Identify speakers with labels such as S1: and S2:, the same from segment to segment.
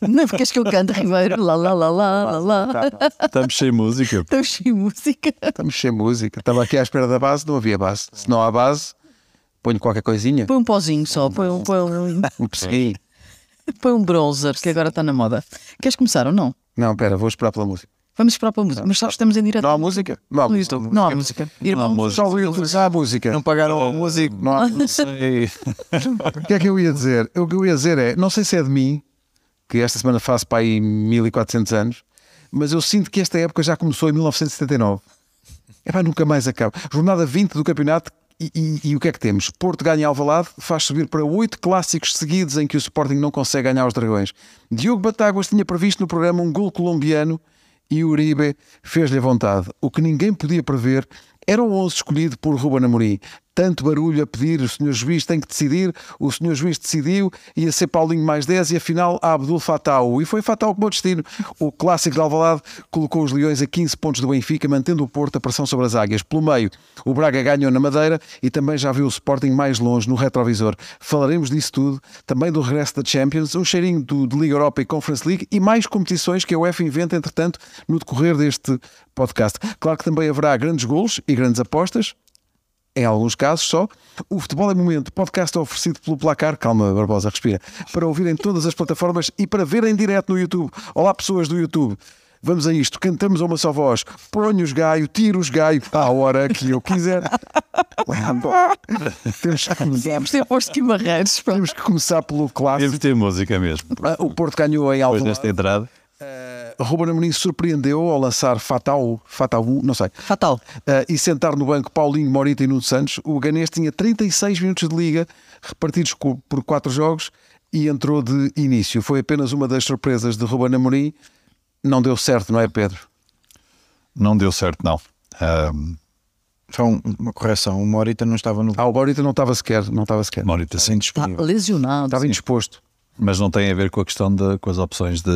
S1: Não queres que eu cante Ribeiro? Lá, lá, lá, lá, lá, lá.
S2: Estamos sem música.
S1: Estamos sem música.
S3: Estamos sem música. Estava aqui à espera da base, não havia base. Se não há base, ponho qualquer coisinha.
S1: Põe um pozinho só, põe um, põe um,
S3: Me persegui.
S1: põe um bronzer, que agora está na moda. Queres começar ou não?
S3: Não, pera, vou esperar pela música.
S1: Vamos esperar para a música. Mas sabes, estamos em direto.
S3: Não há música? Não há
S1: no
S3: música.
S1: YouTube. Não há música. Ir
S2: Não há
S1: para um-
S2: música.
S3: Só o Wilkins há música.
S4: Não pagaram a música.
S3: Não há
S2: Sei.
S3: O que é que eu ia dizer? O que eu ia dizer é, não sei se é de mim, que esta semana faço para aí 1400 anos, mas eu sinto que esta época já começou em 1979. É pá, nunca mais acaba. Jornada 20 do campeonato e, e- e o que é que temos? Porto ganha Alvalade, faz subir para oito clássicos seguidos em que o Sporting não consegue ganhar os Dragões. Diogo Batáguas tinha previsto no programa um gol colombiano e o Uribe fez-lhe a vontade. O que ninguém podia prever era o 11 escolhido por Ruben Amorim. Tanto barulho a pedir, o senhor juiz tem que decidir, o senhor juiz decidiu, ia ser Paulinho mais 10 e afinal a Abdul Fatal. E foi Fatal como o destino. O clássico de Alvalade colocou os Leões a 15 pontos do Benfica, mantendo o Porto a pressão sobre as Águias. Pelo meio, o Braga ganhou na Madeira e também já viu o Sporting mais longe no retrovisor. Falaremos disso tudo, também do regresso da Champions, um cheirinho do, de Liga Europa e Conference League e mais competições que a UEFA inventa, entretanto, no decorrer deste podcast. Claro que também haverá grandes golos e grandes apostas, em alguns casos só. O Futebol é Momento, podcast oferecido pelo Placar, calma Barbosa, respira, para ouvir em todas as plataformas e para ver em direto no YouTube. Olá pessoas do YouTube. Vamos a isto, cantamos a uma só voz, ponho-os gaio, tiro-os gaio, à hora que eu quiser. temos, que,
S1: Vamos ter posto é que marreiros. pronto.
S3: temos que começar pelo clássico.
S2: Deve ter música mesmo.
S3: Ah, O Porto ganhou em
S2: Depois
S3: Alvalade.
S2: desta entrada.
S3: Ruben Amorim surpreendeu ao lançar Fatal, Fatal, um, não sei,
S1: Fatal.
S3: Uh, e sentar no banco Paulinho, Morita e Nuno Santos, o Ganês tinha 36 minutos de liga, repartidos co- por quatro jogos, e entrou de início. Foi apenas uma das surpresas de Ruben Amorim. Não deu certo, não é, Pedro?
S2: Não deu certo, não. Ahm,
S4: Só um- uma correção. O Morita não estava no.
S3: Ah, o Morita não estava sequer, não estava sequer.
S2: Morita, sim. Tá Ah,
S4: Sem
S1: Está
S4: disponível.
S1: Tá lesionado.
S3: Estava indisposto.
S2: Mas não tem a ver com a questão de, com as opções de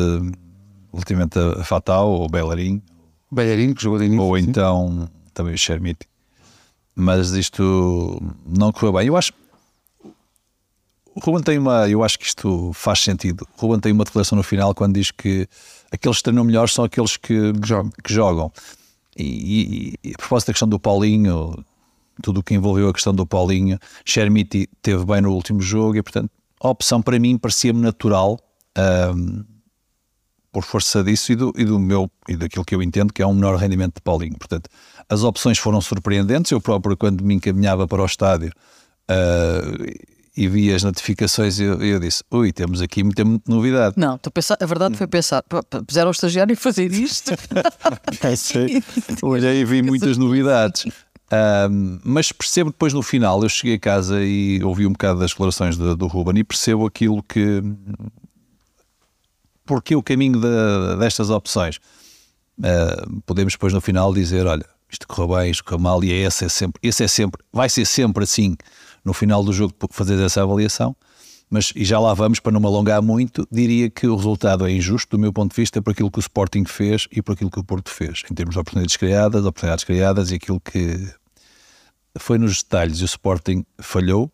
S2: ultimamente a Fatal ou Bellerin
S3: Belharino, que jogou de início.
S2: ou então também o Shermit. Mas isto não correu bem. Eu acho. O Ruben tem uma. Eu acho que isto faz sentido. O Ruben tem uma declaração no final quando diz que aqueles que treinam melhor são aqueles que,
S3: jogam.
S2: que jogam. E, e- e a propósito da questão do Paulinho, tudo o que envolveu a questão do Paulinho, Shermiti teve bem no último jogo e, portanto, a opção para mim parecia-me natural. ahm, por força disso e do, e do meu e daquilo que eu entendo que é um menor rendimento de Paulinho. Portanto, as opções foram surpreendentes. Eu próprio, quando me encaminhava para o estádio ah, e vi as notificações, eu, eu disse: ui, temos aqui muita novidade.
S1: Não, tu pensa- a verdade foi pensar. p- p- Puseram o estagiário a fazer isto.
S2: Sim. Olhei e vi muitas novidades. Ahm, mas percebo depois no final, eu cheguei a casa e ouvi um bocado das declarações do, do Ruben e percebo aquilo que. Porque o caminho da- destas opções? Ah, podemos depois no final dizer: olha, isto correu bem, isto correu mal, e esse é sempre, esse é sempre, vai ser sempre assim no final do jogo fazer essa avaliação. Mas, e já lá vamos para não me alongar muito, diria que o resultado é injusto do meu ponto de vista por aquilo que o Sporting fez e por aquilo que o Porto fez, em termos de oportunidades criadas, oportunidades criadas e aquilo que foi nos detalhes. O Sporting falhou,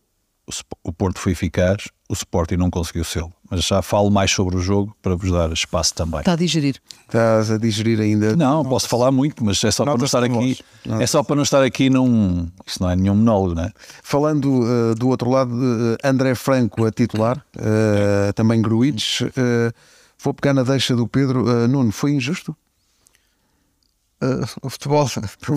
S2: o Sp- o Porto foi eficaz, o Sporting não conseguiu sê-lo. Mas já falo mais sobre o jogo para vos dar espaço também.
S1: Está Tá a digerir.
S3: Estás a digerir ainda.
S2: Não, posso falar muito, mas é só para não
S4: Nota-se
S2: estar
S4: na
S2: aqui.
S4: voz.
S2: É só para não estar aqui num. Isso não é nenhum monólogo, não é?
S3: Falando eh, do outro lado, eh, André Franco a titular, eh, também Gruites. eh, vou pegar na deixa do Pedro. Eh, Nuno, foi injusto?
S4: Uh, o futebol, o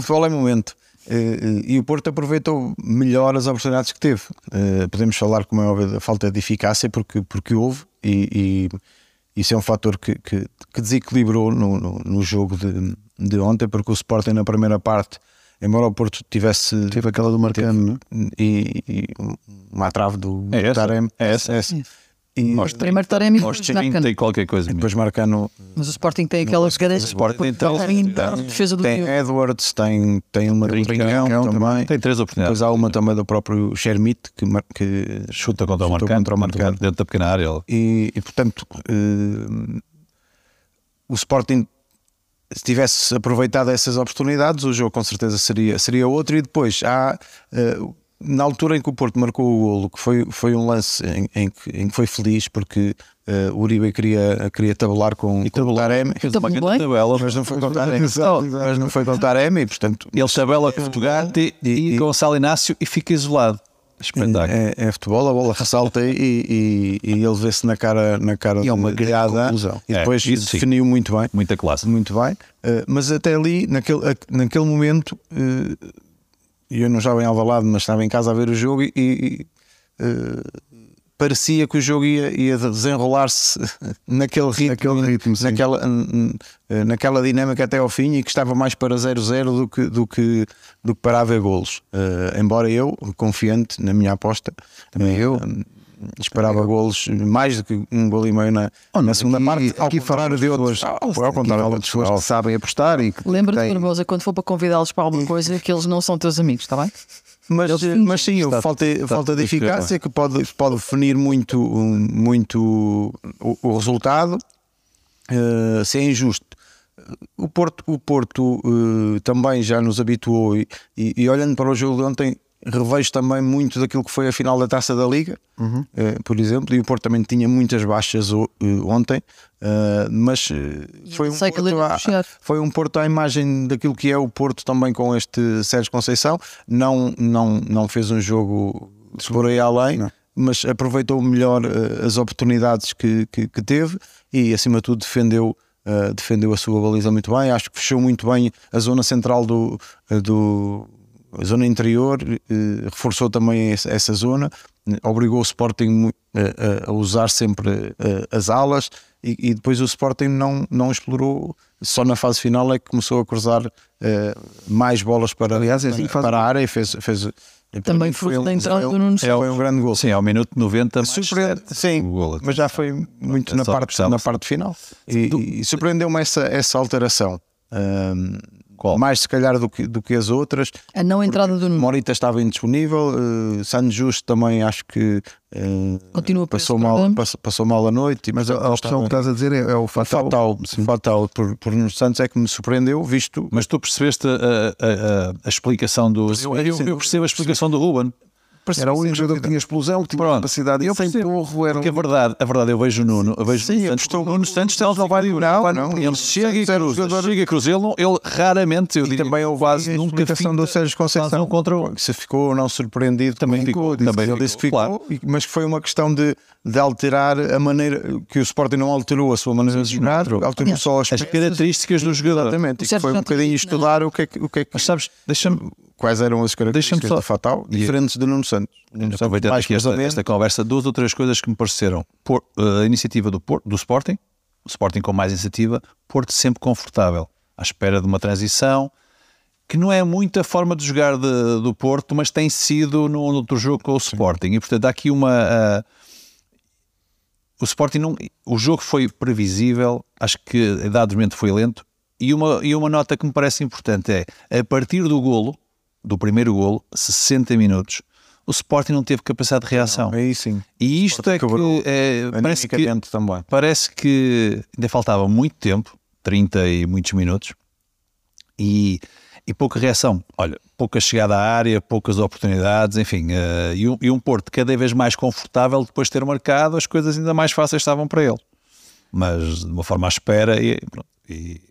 S4: futebol é momento. Uh, uh, e o Porto aproveitou melhor as oportunidades que teve. Uh, podemos falar, como é óbvio, da falta de eficácia, porque, porque houve, e, e isso é um fator que, que, que desequilibrou no, no, no jogo de, de ontem, porque o Sporting, na primeira parte, embora o Porto tivesse
S3: Teve aquela do Marcano, não é?
S4: e, e uma trave do
S2: É essa?
S4: Taremi,
S2: É essa?
S4: E,
S2: Aos
S1: Primeiro Taremi,
S2: Aos
S1: depois Nakano.
S2: 30 e qualquer coisa.
S4: e depois marcando
S1: Mas o Sporting tem aquelas cadeias.
S2: Sporting tem tal-
S1: defesa do
S4: tem
S1: Diogo.
S4: Edwards, tem, tem uma do
S3: Trincão
S4: Trincão
S3: também.
S4: também.
S2: Tem três oportunidades.
S4: Depois há uma também do próprio Shermit que, mar- que
S2: chuta contra o Marcano,
S4: chutou contra
S2: portanto,
S4: o Marcano.
S2: dentro da pequena área. ele-
S4: E, e, portanto, eh, o Sporting, se tivesse aproveitado essas oportunidades, o jogo com certeza seria, seria outro. E depois há eh, na altura em que o Porto marcou o golo, que foi, foi um lance em, em que, em que foi feliz porque eh, o Uribe queria, queria tabular com, com o Taremi,
S2: Fez uma
S1: Tá
S2: grande
S1: bem.
S2: tabela.
S4: mas não foi com o Taremi,
S2: Oh.
S4: mas não foi com o Taremi, e, portanto
S2: Ele tabela com o Tugate e,
S4: É. E-
S2: e
S4: e-
S2: Gonçalo Inácio e fica isolado. Espetáculo.
S4: é, é futebol, a bola ressalta e, e, e ele vê-se na cara, na cara
S2: E é uma
S4: de-
S2: grande
S4: de Adam,
S2: conclusão.
S4: e
S2: É,
S4: depois
S2: isso sim.
S4: definiu muito bem.
S2: Muita classe.
S4: muito bem, eh, mas até ali, naquele, a- naquele momento, eh, eu não estava em Alvalade, mas estava em casa a ver o jogo e, e, eh, parecia que o jogo ia, ia desenrolar-se naquele ritmo,
S3: Naquele ritmo, sim.
S4: naquela, n- n- naquela dinâmica até ao fim e que estava mais para 0-0 do que, do, que, do que para haver golos. Eh, embora eu, confiante na minha aposta, também eu. Esperava golos mais do que um gol e meio na,
S3: Oh,
S4: na segunda
S3: aqui,
S4: parte. ao
S3: Aqui
S4: contrário
S3: falar
S4: das
S3: de outros.
S4: pessoas- ao contrário
S3: falar
S4: de
S3: de pessoas que sabem apostar e que
S1: Lembra-te,
S3: têm-
S1: Barbosa, quando for para convidá-los para alguma coisa, que eles não são teus amigos, está bem?
S4: Mas,
S1: Eles fingem.
S4: mas sim,
S2: Está-
S4: falta,
S2: está-
S4: falta de
S2: está-
S4: eficácia que pode, pode definir muito, um, muito o, o resultado, eh, se é injusto. O Porto, o Porto eh, também já nos habituou e, e- e olhando para o jogo de ontem, revejo também muito daquilo que foi a final da Taça da Liga,
S3: Uhum.
S4: eh, por exemplo, e o Porto também tinha muitas baixas o- eh, ontem, eh, mas eh, foi um,
S1: sei que ele
S4: Porto
S1: ia
S4: à-
S1: puxar.
S4: foi um Porto à imagem daquilo que é o Porto também com este Sérgio Conceição. Não, não, não fez um jogo por aí além, mas aproveitou melhor eh, as oportunidades que, que, que teve e, acima de tudo, defendeu. eh, defendeu a sua baliza muito bem, acho que fechou muito bem a zona central do, eh, do a zona interior, eh, reforçou também essa, essa zona, eh, obrigou o Sporting mu- eh, a, a- a usar sempre eh, as alas e, e depois o Sporting não, não explorou, só na fase final é que começou a cruzar eh, mais bolas para,
S3: Aliás, é assim
S4: para,
S3: que faz-
S4: para a área e fez. fez eh,
S1: Também
S4: foi
S1: fruto da
S2: então,
S1: entrada do Nuno
S4: é, foi um grande gol.
S2: Sim, ao minuto 90. mais
S4: Surpreende,
S2: sete.
S4: sim,
S2: O golo.
S4: mas já foi muito
S2: É
S4: na
S2: só
S4: parte,
S2: questão-
S4: na parte final. E, e surpreendeu-me essa, essa alteração. Ahm,
S2: Qual?
S4: Mais se calhar do que, do que as outras.
S1: A não entrada do Nuno.
S4: Morita estava indisponível, eh, San Justo também acho que eh,
S1: Continua preso
S4: passou,
S1: por
S4: mal,
S1: problemas.
S4: passou, passou mal a noite.
S3: Mas a, a opção que estás a dizer é, é o fatal.
S4: fatal, fatal por, por Nuno Santos é que me surpreendeu, visto
S2: Mas tu percebeste a, a- a- a explicação do. Eu, eu- eu percebo a explicação do Ruben.
S3: Era o único jogador que tinha explosão, que tinha
S2: Pronto.
S3: capacidade.
S2: Eu
S3: sem
S2: percebo.
S3: torro era
S2: Porque a
S3: um-
S2: verdade, a verdade, eu vejo o Nuno. Eu vejo
S4: Sim,
S2: o Nuno
S4: apostou-
S2: Santos. O Nuno Santos ele não vai
S4: Não, não.
S2: Ele chega e
S4: Santos era o
S2: cruza.
S4: jogador-
S2: Chega e cruza. Ele, não- ele raramente, eu
S4: e
S2: diria,
S4: também houve
S2: quase
S4: a
S2: nunca
S4: explicação
S2: finta,
S4: do Sérgio Conceição.
S2: quase não contra o-
S4: Se ficou ou não surpreendido, também
S2: ficou,
S4: Disse,
S2: também
S4: ele
S2: ficou,
S4: disse que ficou,
S2: claro.
S4: e- mas que foi uma questão de, de alterar a maneira que o Sporting não alterou a sua maneira de jogar, alterou só as,
S2: as características do jogador.
S4: Exatamente,
S1: O
S4: e que
S1: Sérgio
S4: foi um
S1: já tinha
S4: bocadinho
S1: dito, não é?
S4: estudar o que é que. O que, é que
S2: Mas sabes, deixa-me
S4: quais eram as características
S2: só-
S4: do Fatal, diferentes do Nuno Santos. Nuno Santos
S2: aproveitar
S4: mais
S2: aqui esta,
S4: cruzamento.
S2: esta conversa, duas ou três coisas que me pareceram. Por- eh, a iniciativa do, Porto, do Sporting, o Sporting com mais iniciativa, Porto sempre confortável, à espera de uma transição, que não é muito a forma de jogar de- do Porto, mas tem sido no, no outro jogo com o Sporting. E portanto há aqui uma. ah, o Sporting não, o jogo foi previsível, acho que a dado momento foi lento. E uma, e uma nota que me parece importante é a partir do golo, do primeiro golo, 60 minutos, o Sporting não teve capacidade de reação.
S4: Aí sim.
S2: e isto é que
S4: quebrou
S2: é, parece que
S4: Animicamente também.
S2: Parece que ainda faltava muito tempo, 30 e muitos minutos, e, e pouca reação. Olha, pouca chegada à área, poucas oportunidades, enfim, eh, e, um, e um Porto cada vez mais confortável depois de ter marcado, as coisas ainda mais fáceis estavam para ele. Mas de uma forma à espera, e, pronto, e,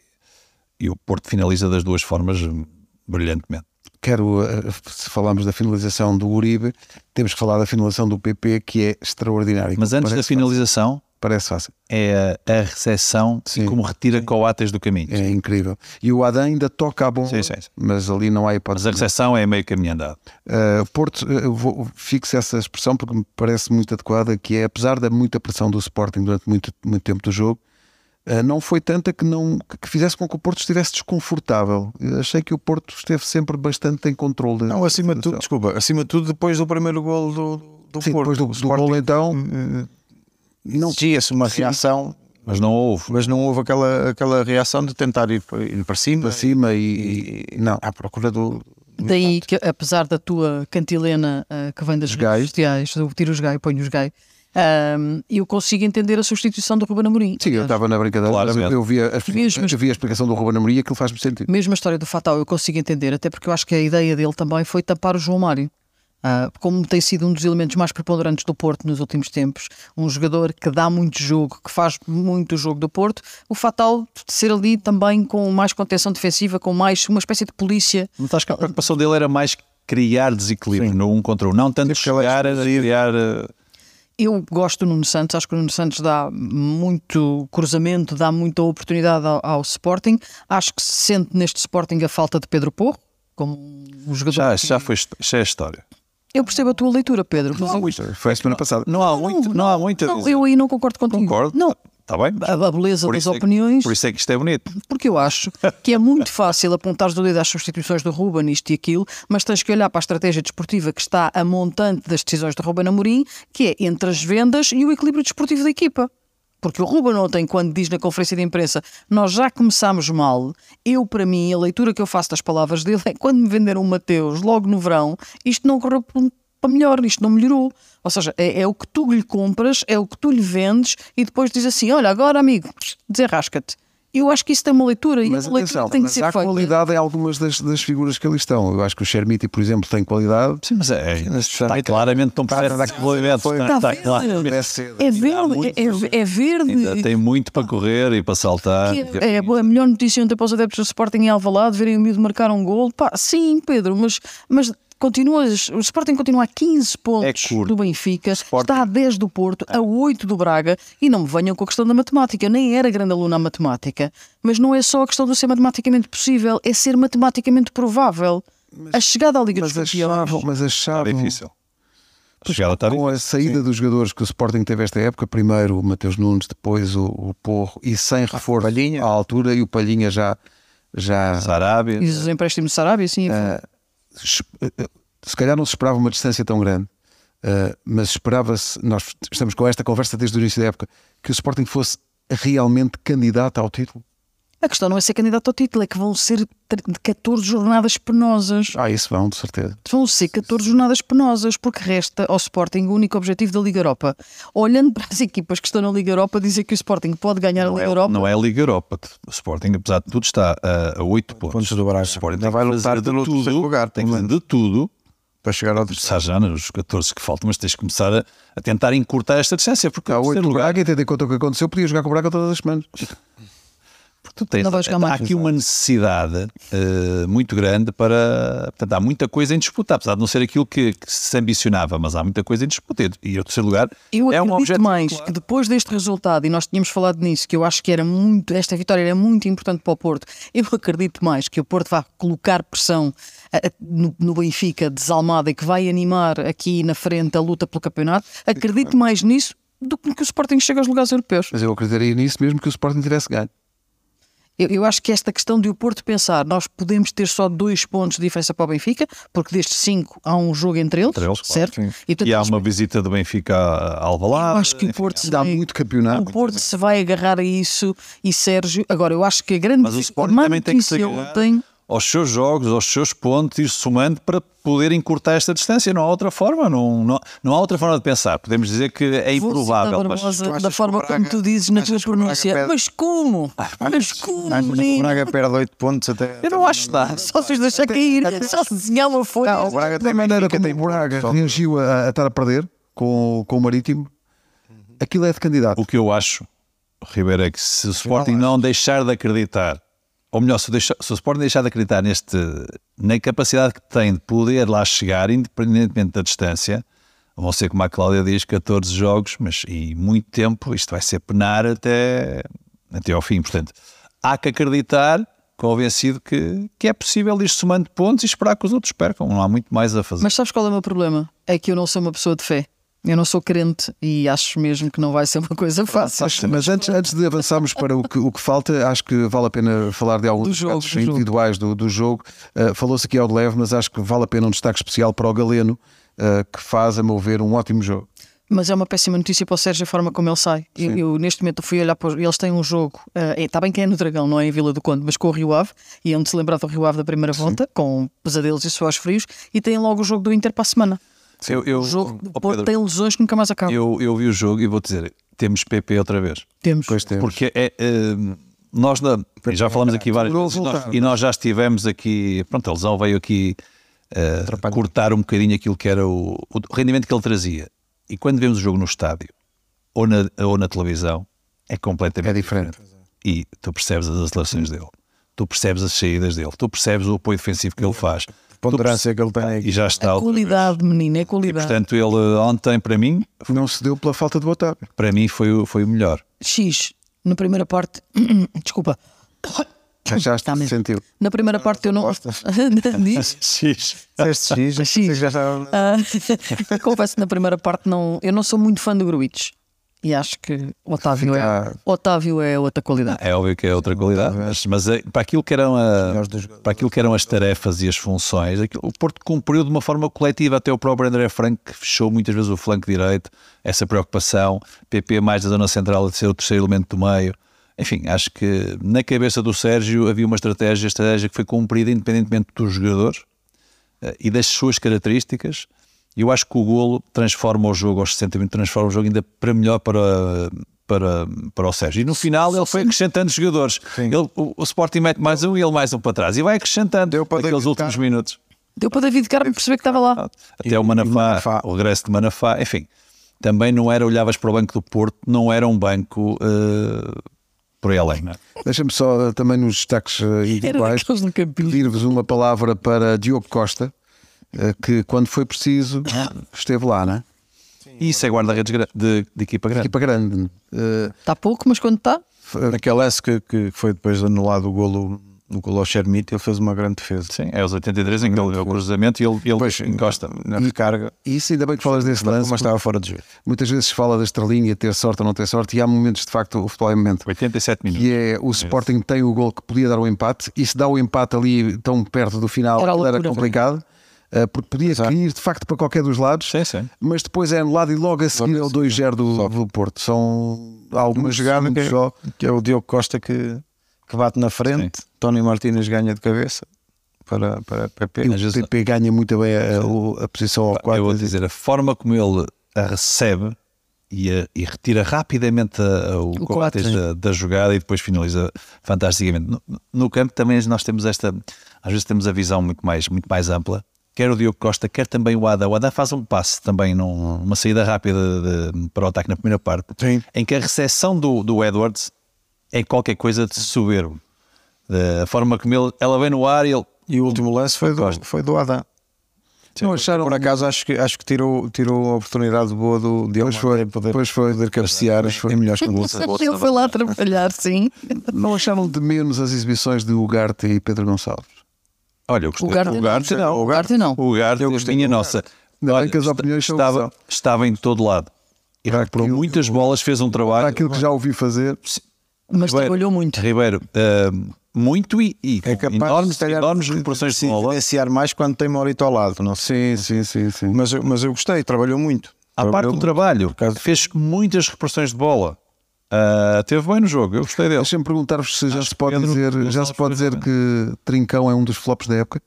S2: e o Porto finaliza das duas formas hum, brilhantemente.
S3: Quero, eh, se falarmos da finalização do Uribe, temos que falar da finalização do PP, que é extraordinário.
S2: Mas antes da
S3: Parece
S2: finalização,
S3: fácil. Parece fácil.
S2: é a, a recepção e como retira Coates do caminho.
S3: É incrível. E o Adam ainda toca a bola,
S2: Sim, sim, sim.
S3: mas ali não há
S2: Mas
S3: hipótese.
S2: a recepção é meio caminho andado.
S3: Uh, Porto, uh, eu vou, fixo essa expressão porque me parece muito adequada, que é apesar da muita pressão do Sporting durante muito, muito tempo do jogo, uh, não foi tanta que, não, que- que fizesse com que o Porto estivesse desconfortável. Eu achei que o Porto esteve sempre bastante em controle. da-
S4: Não, assim, acima de tudo,
S3: da situação.
S4: desculpa, acima de tudo, depois do primeiro gol do, do
S3: Sim,
S4: Porto.
S3: depois do, do gol então,
S4: não se uma reação,
S2: Mas não houve.
S4: mas não houve aquela, aquela reação de tentar ir, para- ir para cima,
S3: para cima e, e- não.
S4: à procura do.
S1: Daí que, apesar da tua cantilena ah, que vem das
S3: Gaio.
S1: redes sociais, do tiro os gai, ponho os gai, eu consigo entender a substituição do Ruben Amorim.
S3: Sim, eu estava na brincadeira, mas eu,
S2: Claramente.
S3: eu vi a,
S1: Mesmo-
S3: eu vi a explicação do Ruben Amorim e aquilo faz-me sentido.
S1: Mesmo a história do Fatal eu consigo entender, até porque eu acho que a ideia dele também foi tapar o João Mário. Ah, como tem sido um dos elementos mais preponderantes do Porto nos últimos tempos, um jogador que dá muito jogo, que faz muito jogo do Porto, o Fatal ser ali também com mais contenção defensiva, com mais uma espécie de polícia
S2: Mas acho que a preocupação dele era mais criar desequilíbrio no um contra um, não tanto
S4: Tipo que ele é
S2: chegar a criar. eh,
S1: Eu gosto do Nuno Santos, acho que o Nuno Santos dá muito cruzamento, dá muita oportunidade ao, ao Sporting. Acho que se sente neste Sporting a falta de Pedro Porro, como um jogador.
S2: Já,
S1: que-
S2: já foi hist- já é história.
S1: Eu percebo a tua leitura, Pedro. mas eu-
S3: Foi a semana passada.
S2: Não há muito, não, há muito a
S1: não,
S2: dizer.
S1: eu aí não concordo contigo.
S2: Concordo.
S1: Não,
S2: Está bem?
S1: a, a beleza das
S2: isso é que-
S1: opiniões,
S2: por isso é que isto é bonito.
S1: porque eu acho que é muito fácil apontares o dedo às substituições do Ruben, isto e aquilo, mas tens que olhar para a estratégia desportiva que está a montante das decisões do Ruben Amorim, que é entre as vendas e o equilíbrio desportivo da equipa. Porque o Ruben ontem, quando diz na conferência de imprensa, nós já começámos mal, eu, para mim, a leitura que eu faço das palavras dele é quando me venderam o Mateus logo no verão, isto não correu por- para melhor, isto não melhorou. Ou seja, é, é o que tu lhe compras, é o que tu lhe vendes e depois diz assim: olha, agora, amigo, desenrasca-te. Eu acho que isso tem uma leitura e
S3: Mas
S1: a leitura
S3: atenção,
S1: tem é que
S3: mas
S1: ser
S3: há
S1: feita.
S3: qualidade em algumas das, das figuras que ali estão. Eu acho que o Shermiti, por exemplo, tem qualidade.
S2: Sim, mas é, está
S4: Está
S2: claramente tão processo de desenvolvimento. Está,
S1: Está
S2: está,
S1: verde.
S2: claramente.
S1: É verde, é, é
S2: Ainda
S1: verde.
S2: tem muito para correr e para saltar.
S1: Que É a boa- a melhor notícia ontem para os adeptos do Sporting em Alvalade, verem o miúdo marcar um gol. Pá, sim, Pedro, mas, mas continuas, o Sporting continua a 15
S3: É
S1: pontos
S2: curto.
S1: do Benfica, está a 10 do Porto, a 8 do Braga e não me venham com a questão da matemática. Eu nem era grande aluna à matemática, mas não é só a questão de ser matematicamente possível, é ser matematicamente provável. a chegada à Liga dos
S3: Mas
S1: Campeões.
S3: achavam, mas
S2: Está
S3: achavam
S2: difícil. A chegada está
S3: com
S2: difícil.
S3: a saída dos jogadores que o Sporting teve esta época, primeiro o Mateus Nunes, depois o, o Porro, e
S1: Ah,
S3: sem reforço
S4: Palhinha.
S3: à altura, e o Palhinha já, já
S2: Arábia.
S1: E os empréstimos de Sarabia, sim. é
S3: es- eh, eh, se calhar não se esperava uma distância tão grande, eh, mas esperava-se, nós estamos com esta conversa desde o início da época, que o Sporting fosse realmente candidato ao título.
S2: Ah,
S1: A questão não é ser candidato ao título, é que vão ser tre- de 14 jornadas penosas.
S3: Ah, isso vão, de certeza.
S1: Vão ser 14 jornadas penosas, porque resta ao Sporting o único objetivo da Liga Europa. Olhando para as equipas que estão na Liga Europa, dizer que o Sporting pode ganhar a
S2: Não
S1: Liga
S2: é,
S1: Europa.
S2: não é a Liga Europa. O Sporting, apesar de tudo, está a, a 8 pontos.
S4: Pontos do Braga.
S2: O Sporting
S4: Ainda
S2: tem
S4: vai
S2: que
S4: lutar
S2: fazer de
S4: pelo terceiro
S2: tudo,
S4: lugar,
S2: tem que
S4: pelo
S2: fazer de tudo
S4: para chegar ao
S2: começar já nos 14 que faltam, mas tens de começar a, a tentar encurtar esta distância, porque
S3: Há
S2: o
S3: oito
S2: terceiro
S3: do
S2: lugar,
S3: Braga, e tendo em conta o que aconteceu, podia jogar com o Braga todas as semanas.
S2: porque tu tens,
S1: Não vai jogar mais.
S2: há aqui uma necessidade eh, muito grande para. Portanto, há muita coisa em disputa, apesar de não ser aquilo que, que se ambicionava, mas há muita coisa em disputa. E o terceiro lugar
S1: Eu
S2: é um
S1: acredito
S2: objeto.
S1: mais que depois deste resultado, e nós tínhamos falado nisso, que eu acho que era muito, esta vitória era muito importante para o Porto. Eu acredito mais que o Porto vá colocar pressão ah, ah, no, no Benfica desalmada e que vai animar aqui na frente a luta pelo campeonato. Acredito mais nisso do que que o Sporting chegue aos lugares europeus.
S3: Mas eu acreditaria nisso mesmo que o Sporting tivesse ganho.
S1: Eu, eu acho que esta questão de o Porto pensar, nós podemos ter só dois pontos de diferença para o Benfica, porque destes cinco há um jogo entre eles,
S2: Entre eles, claro,
S1: certo?
S4: sim.
S1: E, portanto,
S2: E há uma visita do Benfica a Alvalade.
S1: eu acho que o Porto se
S3: Dá
S1: vai-
S3: muito campeonato.
S1: O Porto se vai agarrar a isso e Sérgio. Agora, eu acho que a grande
S2: Mas o Sporting
S1: a má
S2: também tem que se
S1: notícia
S2: agarrar
S1: ontem-
S2: aos seus jogos, aos seus pontos, ir somando para poder encurtar esta distância. Não há outra forma, não, não, não há outra forma de pensar. Podemos dizer que é
S1: Vou
S2: improvável.
S1: citar
S2: mas-
S1: Barbosa
S4: tu achas
S1: da
S4: que
S1: forma
S4: o Braga-
S1: como tu dizes na tua
S4: achas que o Braga
S1: pronúncia.
S4: perde?
S1: Mas como?
S2: Ah,
S1: Mas como,
S4: O
S1: menino?
S4: Braga perde 8 pontos até.
S1: Eu não acho nada. Só se os deixar cair, só se desenhar uma folha.
S4: Não, Ah, o Braga
S3: Da
S4: tem
S3: maneira
S4: Benfica,
S3: como
S4: tem
S3: o Braga
S4: Porto.
S3: reagiu a, a estar a perder com, com o Marítimo, aquilo é de candidato.
S2: O que eu acho, Ribeiro, é que se o Sporting não deixar de acreditar, ou melhor, se, o deixa- se o Sporting deixar de acreditar neste, na capacidade que tem de poder lá chegar, independentemente da distância, vão ser, como a Cláudia diz, 14 jogos, mas e muito tempo, isto vai ser penar até, até ao fim. Portanto, há que acreditar, convencido que, que é possível ir somando pontos e esperar que os outros percam. Não há muito mais a fazer.
S1: Mas sabes qual é o meu problema? É que eu não sou uma pessoa de fé. Eu não sou crente e acho mesmo que não vai ser uma coisa fácil.
S3: Mas antes, antes de avançarmos para o que, o que falta, acho que vale a pena falar de alguns
S1: Do jogo,
S3: destaques
S1: do jogo.
S3: individuais do, do jogo. Uh, Falou-se aqui ao de leve, mas acho que vale a pena um destaque especial para o Galeno, uh, que faz, a meu ver, um ótimo jogo.
S1: Mas é uma péssima notícia para o Sérgio a forma como ele sai. Eu, eu, neste momento fui olhar para. os- Eles têm um jogo, eh, está bem que é no Dragão, não é em Vila do Conde, mas com o Rio Ave, e é onde se lembrar do Rio Ave da primeira volta, com pesadelos e suores frios, e têm logo o jogo do Inter para a semana.
S2: eu, eu-
S1: O jogo do
S2: Oh,
S1: Porto
S2: Pedro,
S1: tem lesões que nunca mais acaba.
S2: eu, eu vi o jogo e vou dizer, temos PP outra vez.
S1: Temos.
S3: Pois temos.
S2: Porque é, eh, nós na- já falamos aqui várias
S3: Por
S2: vezes e nós-
S3: resultado.
S2: e nós já estivemos aqui. Pronto, a lesão veio aqui eh, cortar um bocadinho aquilo que era o, o rendimento que ele trazia. E quando vemos o jogo no estádio ou na, ou na televisão, é completamente
S3: É diferente.
S2: E tu percebes as acelerações dele, tu percebes as saídas dele, tu percebes o apoio defensivo que ele faz. tu
S4: Ponderância que ele tem
S2: perce-
S4: aqui.
S2: E já está.
S1: A
S2: outra vez.
S1: qualidade, menina, é qualidade.
S2: Portanto, ele eh, ontem, para mim,
S3: Não se deu pela falta de botar.
S2: para mim foi, o- foi o melhor.
S1: X, na primeira parte, desculpa.
S3: Já
S1: Está mesmo.
S3: sentiu.
S1: Na
S2: Ah,
S1: primeira parte eu não. Diz?
S2: X.
S4: Disseste
S1: X.
S4: X, vocês já estavam-
S1: Ah, confesso que na primeira parte não, eu não sou muito fã do Gruites. E acho que Otávio é,
S4: Fica-
S1: Otávio é outra qualidade.
S2: É óbvio que é outra qualidade, mas, mas, eh, para, aquilo que eram a-
S4: melhores dos jogadores.
S2: para aquilo que eram as tarefas e as funções, aquilo- o Porto cumpriu de uma forma coletiva. Até o próprio André Franco, que fechou muitas vezes o flanco direito, essa preocupação. PP mais da zona central de ser o terceiro elemento do meio. Enfim, acho que na cabeça do Sérgio havia uma estratégia, estratégia que foi cumprida independentemente dos jogadores eh, e das suas características. E eu acho que o golo transforma o jogo aos 60 minutos, transforma o jogo ainda para melhor para, para, para o Sérgio. E no final ele foi acrescentando jogadores. Ele- o, o Sporting mete mais um e ele mais um para trás. E vai acrescentando
S4: Deu para
S2: aqueles
S4: David
S2: últimos
S4: Carmo.
S2: minutos.
S1: Deu para David Carmo perceber que estava lá.
S2: Até o Manafá,
S4: Manafá.
S2: o regresso de Manafá, enfim. Também não era, olhavas para o banco do Porto, não era um banco eh, por aí além. não é?
S3: Deixa-me só eh, também nos destaques eh, individuais
S1: daqueles do cabelo.
S3: pedir-vos uma palavra para Diogo Costa, eh, que quando foi preciso
S1: Ah.
S3: esteve lá, não é?
S2: E isso é guarda-redes gra- de, de equipa grande.
S3: Equipa grande. Eh,
S1: Está pouco, mas quando está,
S4: Naquele lance que, que foi depois anulado o golo, o golo ao Xermite, ele fez uma grande defesa.
S2: Sim, é aos 83 em que ele deu o cruzamento e ele, ele
S4: Pois,
S2: encosta.
S4: Na recarga,
S3: e isso ainda bem que falas desse lance,
S4: mas estava fora de jogo.
S3: Muitas vezes se fala da estrelinha, ter sorte ou não ter sorte, e há momentos de facto, o futebol é momento.
S2: 87 minutos.
S3: Que é o Sporting tem o gol que podia dar o empate, e se dá o empate ali tão perto do final,
S1: Era a
S3: aquilo
S1: loucura.
S3: complicado, eh, porque podia ir de facto para qualquer dos lados,
S2: Sim, sim.
S3: mas depois é anulado e logo a seguir é o 2-0 do, do Porto. São algumas jogadas
S4: que,
S3: que só.
S4: que é o Diogo Costa que, que bate na frente, Tony Martínez ganha de cabeça para, para PP.
S3: E o
S2: Às vezes-
S3: PP ganha muito bem a, a- o- a posição ao
S2: Eu vou
S3: 4.
S2: dizer, a forma como ele a recebe e, a- e retira rapidamente a- a- o,
S1: O
S2: contexto
S1: quatro,
S2: da, da jogada e depois finaliza fantasticamente. No, no campo também nós temos esta, às vezes temos a visão muito mais, muito mais ampla. Quer o Diogo Costa, quer também o Ada. O Ada faz um passe também, num- uma saída rápida de- para o ataque na primeira parte,
S4: Sim.
S2: em que a recepção do, do Edwards é qualquer coisa de soberbo. Da forma como ele, ela vem no ar e ele
S4: E o último lance foi do, foi do Adam.
S3: Não acharam.
S4: Por acaso acho que, acho que tirou, tirou a oportunidade boa do Diogo Costa poder,
S3: Pois foi.
S4: poder cabecear em melhores condições.
S1: ele foi lá trabalhar, sim.
S3: Não acharam de menos as exibições de Ugarte e Pedro Gonçalves?
S2: Olha, eu gostei.
S1: O Garte-
S2: não.
S1: o Garte não.
S2: O Garte,
S4: Eu gostei
S2: minha
S4: do
S2: nossa.
S3: Ainda bem é que as
S2: esta-
S3: opiniões são o que
S2: estava,
S3: são.
S2: estava em todo lado. E
S3: Para
S2: recuperou
S3: aquilo-
S2: muitas bolas, fez um
S3: Para
S2: trabalho.
S3: aquilo que já ouvi fazer,
S1: Mas trabalhou muito.
S2: Ribeiro, ahm, muito e, e
S4: É capaz
S2: enormes,
S4: se calhar,
S2: enormes recuperações de
S4: se
S2: bola.
S4: diferenciar mais quando tem Maurito ao lado. Não sei.
S3: sim, sim, sim. sim.
S4: Mas, eu, mas eu gostei, trabalhou muito.
S2: À parte do trabalho,
S4: causa-
S2: fez muitas recuperações de bola. Ah, teve bem no jogo, eu gostei dele.
S3: Deixa-me perguntar-vos se já
S2: Acho
S3: se pode
S2: que Pedro
S3: dizer, já
S2: Gonçalves
S3: se pode
S2: foi
S3: dizer que Trincão é um dos flops da época.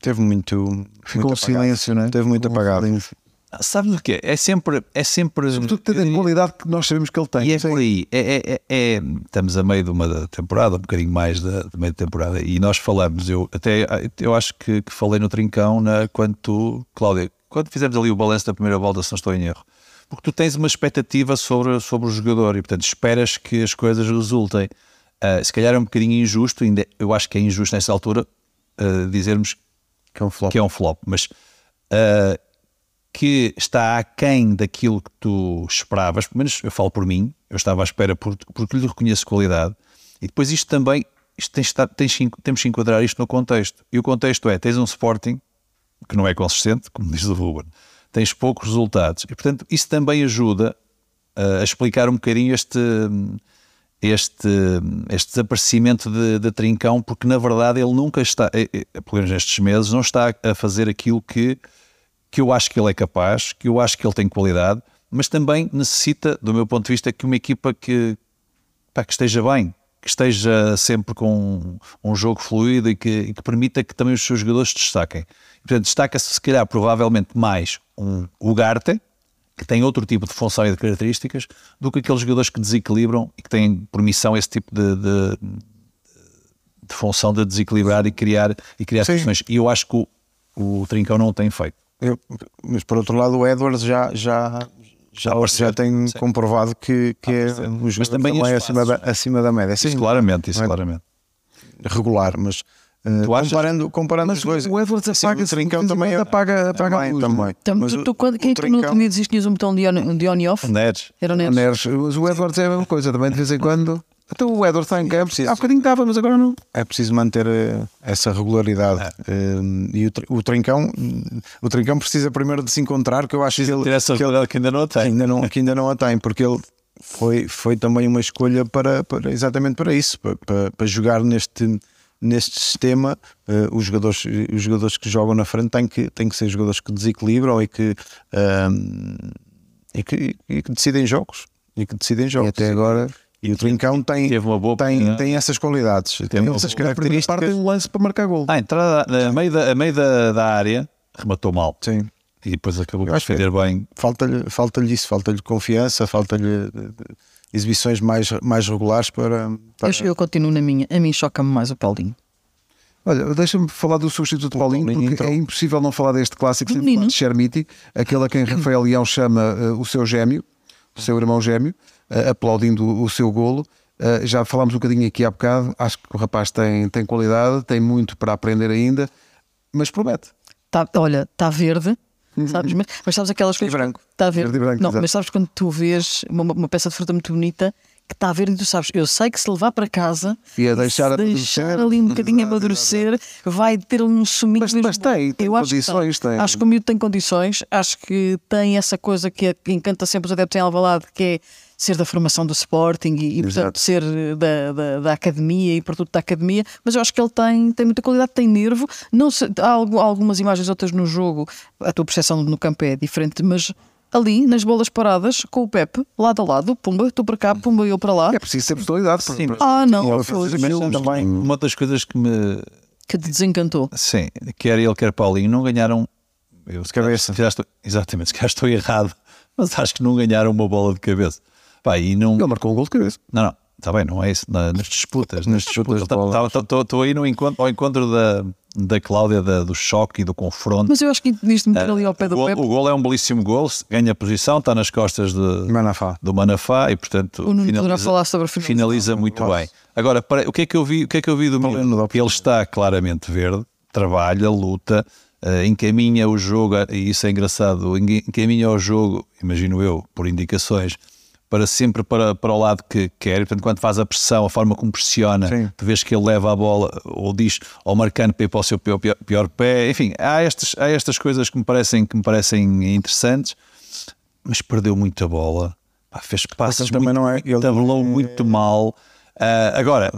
S4: Teve muito.
S3: Ficou um
S4: muito apagado.
S3: silêncio, não é?
S4: Teve muito
S3: Ficou um
S4: apagado.
S3: silêncio.
S2: Sabes o que é? É sempre. É sempre
S3: Tudo tem a qualidade que nós sabemos que ele tem.
S2: E é por aí. É, é- é- é- estamos a meio de uma temporada, um bocadinho mais da, de meio de temporada, e nós falamos. Eu até eu acho que, que falei no Trincão na, quando tu, Cláudia, quando fizemos ali o balanço da primeira volta, se não estou em erro, porque tu tens uma expectativa sobre, sobre o jogador e, portanto, esperas que as coisas resultem. Ah, se calhar é um bocadinho injusto, ainda, eu acho que é injusto nesta altura ah, dizermos
S3: Que é um flop.
S2: que é um flop, mas ah, que está aquém daquilo que tu esperavas, pelo menos eu falo por mim, eu estava à espera por- porque lhe reconheço qualidade, e depois isto também, isto tens de estar- tens que en- temos que enquadrar isto no contexto, e o contexto é, tens um Sporting, que não é consistente, como diz o Ruben, tens poucos resultados, e portanto isso também ajuda ah, a explicar um bocadinho este... Este, este desaparecimento de, de Trincão, porque na verdade ele nunca está, eh, eh, pelo menos nestes meses, não está a fazer aquilo que, que eu acho que ele é capaz, que eu acho que ele tem qualidade, mas também necessita, do meu ponto de vista, que uma equipa que, pá, que esteja bem, que esteja sempre com um, um jogo fluido e que, e que permita que também os seus jogadores se destaquem. E, portanto, destaca-se, se calhar, provavelmente mais um Ugarte, que tem outro tipo de função e de características, do que aqueles jogadores que desequilibram e que têm por missão esse tipo de, de- de função de desequilibrar e criar, e criar
S4: Sim.
S2: situações. E eu acho que o, o Trincão não o tem feito.
S4: Eu- mas por outro lado, o Edwards já, já, já,
S2: aparecer,
S4: já tem
S2: sim.
S4: comprovado que,
S3: Ah,
S4: que é
S2: aparecer.
S4: um
S2: Mas
S4: jogador
S2: também
S4: também
S2: esses
S4: acima, da,
S2: passos.
S4: acima da média. Sim,
S2: Isso claramente, isso
S4: Não é?
S2: claramente.
S4: regular, mas eh,
S2: Tu achas-
S4: comparando, comparando
S3: Mas
S4: os dois.
S3: o Edwards
S4: Sim,
S3: apaga-se,
S4: o Trincão
S3: de vez em
S4: também é-
S3: quando apaga- apaga a
S4: também,
S3: luz, é?
S4: também.
S1: Tam-
S4: Mas
S1: tu-
S4: o-
S1: tu- quando-
S4: o
S1: quem é que tu não
S4: Trincão-
S1: tinha que tinhas um botão de on, de on e off?
S2: Neres.
S1: Era o Neres.
S3: Neres, mas o Edwards é a mesma coisa também, de vez em quando. Então o Edwards está em campo.
S4: preciso.
S3: Há bocadinho estava, mas agora não. É.
S4: é preciso manter eh, essa regularidade. Eh, e o, tr- o Trincão, o Trincão precisa primeiro de se encontrar, que eu acho que ele,
S2: Ter essa realidade que ainda não a
S4: que
S2: tem.
S4: tá, ainda não, que ainda não a tem, porque ele foi, foi também uma escolha para, para- exatamente para isso, para, para- para jogar neste, neste sistema. eh, os, jogadores, os jogadores que jogam na frente têm que, têm que ser jogadores que desequilibram e que, ahm, e que, e que decidem jogos. E que decidem
S3: E
S4: jogos.
S3: até agora.
S4: E o Trincão tem,
S2: Teve uma boa
S4: tem,
S2: oportunidade.
S4: tem essas qualidades, tem
S2: uma
S4: essas
S2: boa-
S3: Na primeira parte tem
S4: características.
S3: um lance para marcar gol.
S2: A entrada, a meio, da, a meio da, da área, rematou mal.
S4: Sim.
S2: E depois acabou
S4: Eu
S2: por
S4: acho que-
S2: defender bem.
S4: falta-lhe falta isso, falta-lhe confiança, falta-lhe eh, exibições mais, mais regulares para. para-
S1: Eu, eu continuo na minha. A mim choca-me mais o Paulinho.
S3: Olha, deixa-me falar do substituto Paulinho,
S4: Paulinho
S3: porque
S4: entrou.
S3: é impossível não falar deste clássico
S1: Do
S3: sem falar
S1: menino.
S3: de Chermiti, aquele a quem Rafael Leão chama eh, o seu gêmeo, o seu irmão gêmeo, eh, aplaudindo o seu golo. Eh, já falámos um bocadinho aqui há bocado, acho que o rapaz tem, tem qualidade, tem muito para aprender ainda, mas promete.
S1: Tá, olha, está verde. Sabes? Mas, mas sabes aquelas coisas.
S4: branco.
S1: Está verde.
S3: Verde e Uhum. branco,
S1: não,
S3: exato.
S1: mas sabes quando tu vês uma, uma peça de fruta muito bonita que está verde e tu sabes, eu sei que se levar para casa
S3: E a deixar
S1: se
S3: amadurecer.
S1: deixar ali um bocadinho amadurecer, vai ter ali um suminho.
S3: Mas-
S1: mesmo
S3: mas tem, tem
S1: eu acho que
S3: condições,
S1: tem.
S3: tem.
S1: Acho que o miúdo tem condições, acho que tem essa coisa que que encanta sempre os adeptos em Alvalade, que é ser da formação do Sporting e, e, portanto, ser eh, da, da, da academia e produto da academia, mas eu acho que ele tem, tem muita qualidade, tem nervo. Não se- há algu- algumas imagens, outras no jogo, a tua percepção no campo é diferente, mas ali, nas bolas paradas, com o Pepe, lado a lado, pumba, tu para cá, pumba, eu para lá.
S3: É preciso ter personalidade. Sim,
S1: Ah, não,
S4: Sim,
S1: foi-
S4: mas também.
S2: Uma das coisas que me.
S1: que te desencantou.
S2: Sim, quer ele, quer Paulinho, não ganharam. Eu, se
S4: Cabeça.
S2: se calhar estou- exatamente, se calhar estou errado, mas acho que não ganharam uma bola de cabeça. Pá, e não.
S3: Ele marcou um gol de cabeça.
S2: Não, não, está bem, não é isso. na- nas disputas, nas disputas. tá, Estou aí no encontro, ao encontro da, da Cláudia, da- do choque e do confronto.
S1: Mas eu acho que devias meter ali ao pé do
S2: Ah, o, gol,
S1: Pepe.
S2: o gol é um belíssimo gol, se- ganha posição, está nas costas de,
S4: Manafá.
S2: do Manafá e, portanto,
S1: O Nuno poderá falar sobre a finalização.
S2: finaliza muito bem. Agora, para- o, que é que eu vi, o que é que eu vi do
S4: Leno dá
S2: Milan?
S4: opção.
S2: Ele está claramente verde, trabalha, luta, eh, encaminha o jogo, e isso é engraçado, enga- encaminha o jogo, imagino eu, por indicações, para sempre para, para o lado que quer, portanto, quando faz a pressão, a forma como pressiona,
S4: Sim.
S2: tu vês que ele leva a bola ou diz ao marcando para ir para o seu pior, pior- pior pé, enfim, há estas, há estas coisas que me parecem, que me parecem interessantes, mas perdeu muita bola, Pá, fez passes
S4: também
S2: muito,
S4: não é- ele-
S2: tabelou muito mal. Ah, agora,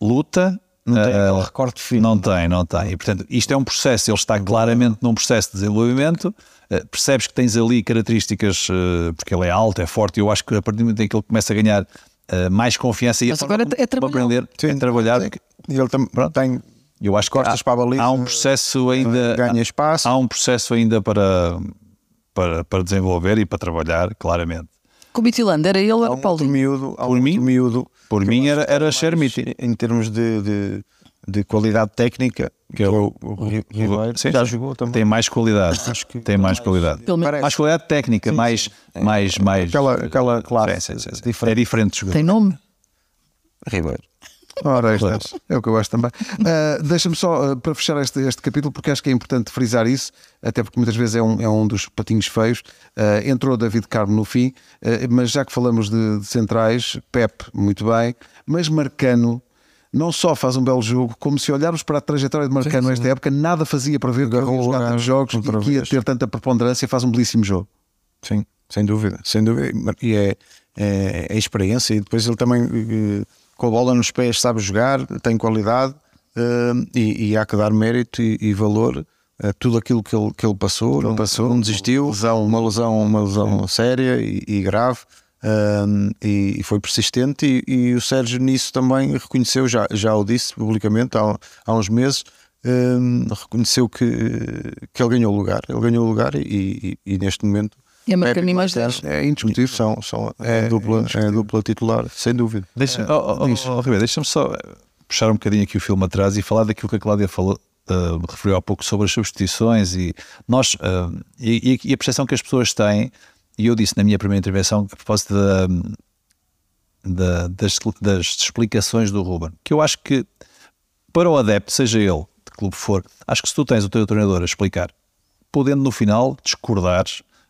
S2: luta. Não
S4: tem aquele recorte fino.
S2: Não tem, não tem. E, portanto, isto é um processo, ele está claramente num processo de desenvolvimento. Ah, percebes que tens ali características, ah, porque ele é alto, é forte, e eu acho que a partir do momento em que ele começa a ganhar ah, mais confiança e a
S1: Mas
S2: forma
S1: agora é
S2: como-
S1: tra- é
S2: como
S1: trabalhar.
S2: aprender, é trabalhar. porque
S4: E ele também tem.
S2: Eu acho que
S4: Costas
S2: há,
S4: para a baliza, eh,
S2: há um processo ainda.
S4: ganha espaço.
S2: Há um processo ainda para, para, para desenvolver e para trabalhar, claramente.
S1: Com o Bitilando, era ele,
S4: Há
S1: era
S4: um
S1: o Paulinho.
S4: outro miúdo, há um
S2: Por
S4: outro
S2: mim-
S4: miúdo
S2: Por
S4: que eu
S2: mim
S4: acho
S2: era-
S4: que está
S2: era
S4: mais
S2: Chermiti.
S4: Em termos de, de, de qualidade técnica, que é o, o, Ri- Ribeiro
S2: Sim,
S4: já
S2: sim.
S4: jogou também.
S2: Tem mais qualidade.
S4: Acho que é
S2: tem mais qualidade.
S1: Pelo menos-
S4: Parece.
S2: Mais qualidade técnica, mais, mais, mais.
S4: Aquela- aquela classe
S2: Sim, sim, sim, sim.
S4: diferente.
S2: É diferente de jogador.
S1: Tem nome?
S4: Ribeiro.
S3: Ora, aí estás. É o que eu acho também. Ah, Deixa-me só, ah, para fechar este, este capítulo, porque acho que é importante frisar isso, até porque muitas vezes é um, é um dos patinhos feios. Ah, entrou David Carmo no fim, ah, mas já que falamos de, de centrais, Pep, muito bem, mas Marcano. Não só faz um belo jogo, como se olharmos para a trajetória de Marcano nesta época, nada fazia para ver que ele ia
S4: Agarrou o
S3: jogar tantos
S4: gajo
S3: jogos e
S4: outra
S3: que ia
S4: vez.
S3: ter tanta preponderância, faz um belíssimo jogo.
S4: Sim, sem dúvida, sem dúvida. E é, é, é experiência. E depois ele também, eh, com a bola nos pés, sabe jogar, tem qualidade eh, e, e há que dar mérito e, e valor a tudo aquilo que ele, que ele passou. Não,
S3: passou.
S4: não desistiu. uma lesão, uma lesão séria e, e grave. eh, e, e foi persistente e, e o Sérgio nisso também reconheceu já, já o disse publicamente há, há uns meses eh, reconheceu que, que ele ganhou o lugar ele ganhou o lugar e- e- e neste momento
S1: E a marca
S4: Pepe
S1: nem mais
S4: Marcelo.
S1: 10.
S3: É indiscutível.
S4: São, são, é, dupla, é dupla é, titular, sem dúvida.
S2: Deixa, oh, oh, oh, Ribeiro, deixa-me só. puxar um bocadinho aqui o filme atrás e falar daquilo que a Cláudia falou, ah, referiu há pouco sobre as substituições e nós ah, e, e a percepção que as pessoas têm, e eu disse na minha primeira intervenção, a propósito da, da- das, das explicações do Ruben, que eu acho que para o adepto, seja ele de que clube for, acho que se tu tens o teu treinador a explicar, podendo no final discordar,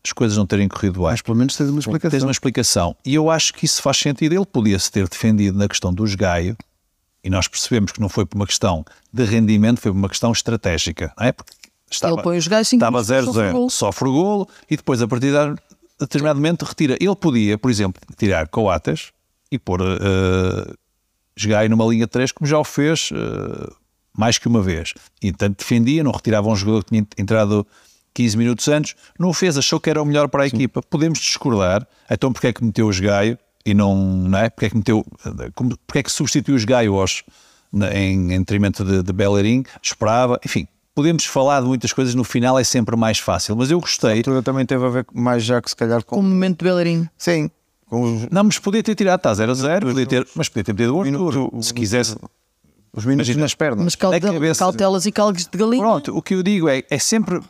S2: as coisas não terem corrido bem.
S3: Mas pelo menos tens uma explicação.
S2: Tens uma explicação. E eu acho que isso faz sentido. Ele podia-se ter defendido na questão do esgaio, e nós percebemos que não foi por uma questão de rendimento, foi por uma questão estratégica, não é? Porque estava,
S1: põe o esgaio cinco
S2: estava
S1: minutos, sofre o
S2: 0-0,
S1: golo.
S2: sofre o golo, e depois, a partir de determinado momento, retira. Ele podia, por exemplo, tirar Coates e pôr eh, esgaio numa linha de 3, como já o fez eh, mais que uma vez. E, tanto defendia, não retirava um jogador que tinha entrado 15 minutos antes, não o fez, achou que era o melhor para a equipa. Podemos discordar, então porque é que meteu o esgaio e não, não é? Porque é que meteu, como- porque é que substituiu o esgaio aos, na- em, em detrimento de, de Bellerin, esperava, enfim. Podemos falar de muitas coisas, no final é sempre mais fácil, mas eu gostei.
S4: Tudo Então, também teve a ver com- mais já que se calhar
S1: Com o
S4: com.
S1: momento de Bellerin.
S4: Sim, com os,
S2: Não, mas podia ter tirado, está 0 a 0, podia ter, mas podia ter metido o Arthur,
S4: Minuto-
S2: se quisesse.
S4: os minutos
S2: Imagina.
S4: nas pernas.
S1: Mas caute-
S2: Na cabeça-
S1: cautelas e calgues de galinha.
S2: Pronto, o que eu digo é, é sempre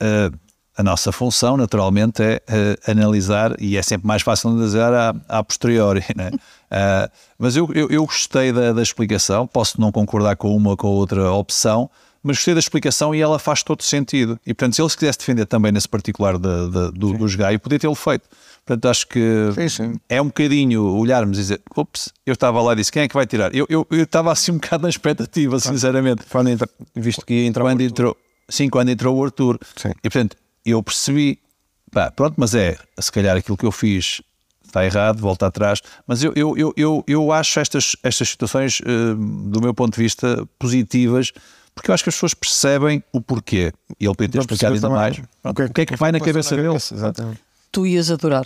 S2: eh, a nossa função, naturalmente, é eh, analisar, e é sempre mais fácil analisar a, a posteriori, né? Ah, mas eu, eu, eu gostei da, da explicação, posso não concordar com uma ou com a outra opção, mas gostei da explicação e ela faz todo sentido. E portanto, se ele se quisesse defender também nesse particular da- da- do, do esgaio, podia tê-lo feito. Portanto, acho que
S4: Sim, sim.
S2: é um bocadinho olharmos e dizer, ups, eu estava lá e disse, quem é que vai tirar? Eu eu- eu estava assim um bocado na expectativa, sinceramente
S4: Quando entra- visto que ia entrar
S2: quando entrou, sim, quando entrou o Arthur.
S4: Sim.
S2: E portanto, eu percebi, pá, pronto, mas é, se calhar aquilo que eu fiz está errado, volta atrás, mas eu, eu, eu, eu, eu acho estas, estas situações, eh, do meu ponto de vista, positivas, porque eu acho que as pessoas percebem o porquê. E ele podia ter
S4: Não
S2: explicado ainda
S4: percebeu também.
S2: mais. Pronto, o, que é, que vai na
S4: passou
S2: cabeça dele?
S4: Exatamente.
S1: Tu ias adorar.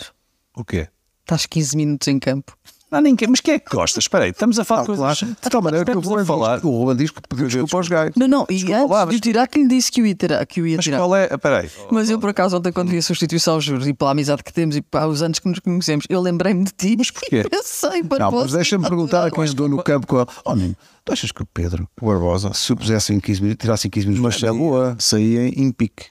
S2: O quê?
S1: Estás 15 minutos em campo.
S2: Não, nem quem, mas quem é que gosta? Espera aí, estamos a falar de coisas.
S3: De tal maneira que É o
S2: estamos a
S3: Ruben,
S2: falar.
S3: Diz, o Ruben diz que pediu desculpa aos gajos.
S1: Não, não, e antes
S2: lá,
S1: de o tirar, quem disse que o ia tirar? Que o ia
S2: Mas
S1: tirar?
S2: qual é? Espera aí.
S1: Mas eu, por acaso, ontem, quando vi a substituição, juro, e pela amizade que temos e para os anos que nos conhecemos, eu lembrei-me de ti. Mas
S2: porquê?
S1: Pensei, para
S3: Não,
S1: você,
S3: mas deixa-me perguntar a quem andou no campo com ele. Oh, Nuno, tu achas que o Pedro,
S4: O Barbosa.
S3: se o pusessem 15 minutos, tirassem 15 minutos,
S4: Mas
S3: é
S4: saía, saía em pique.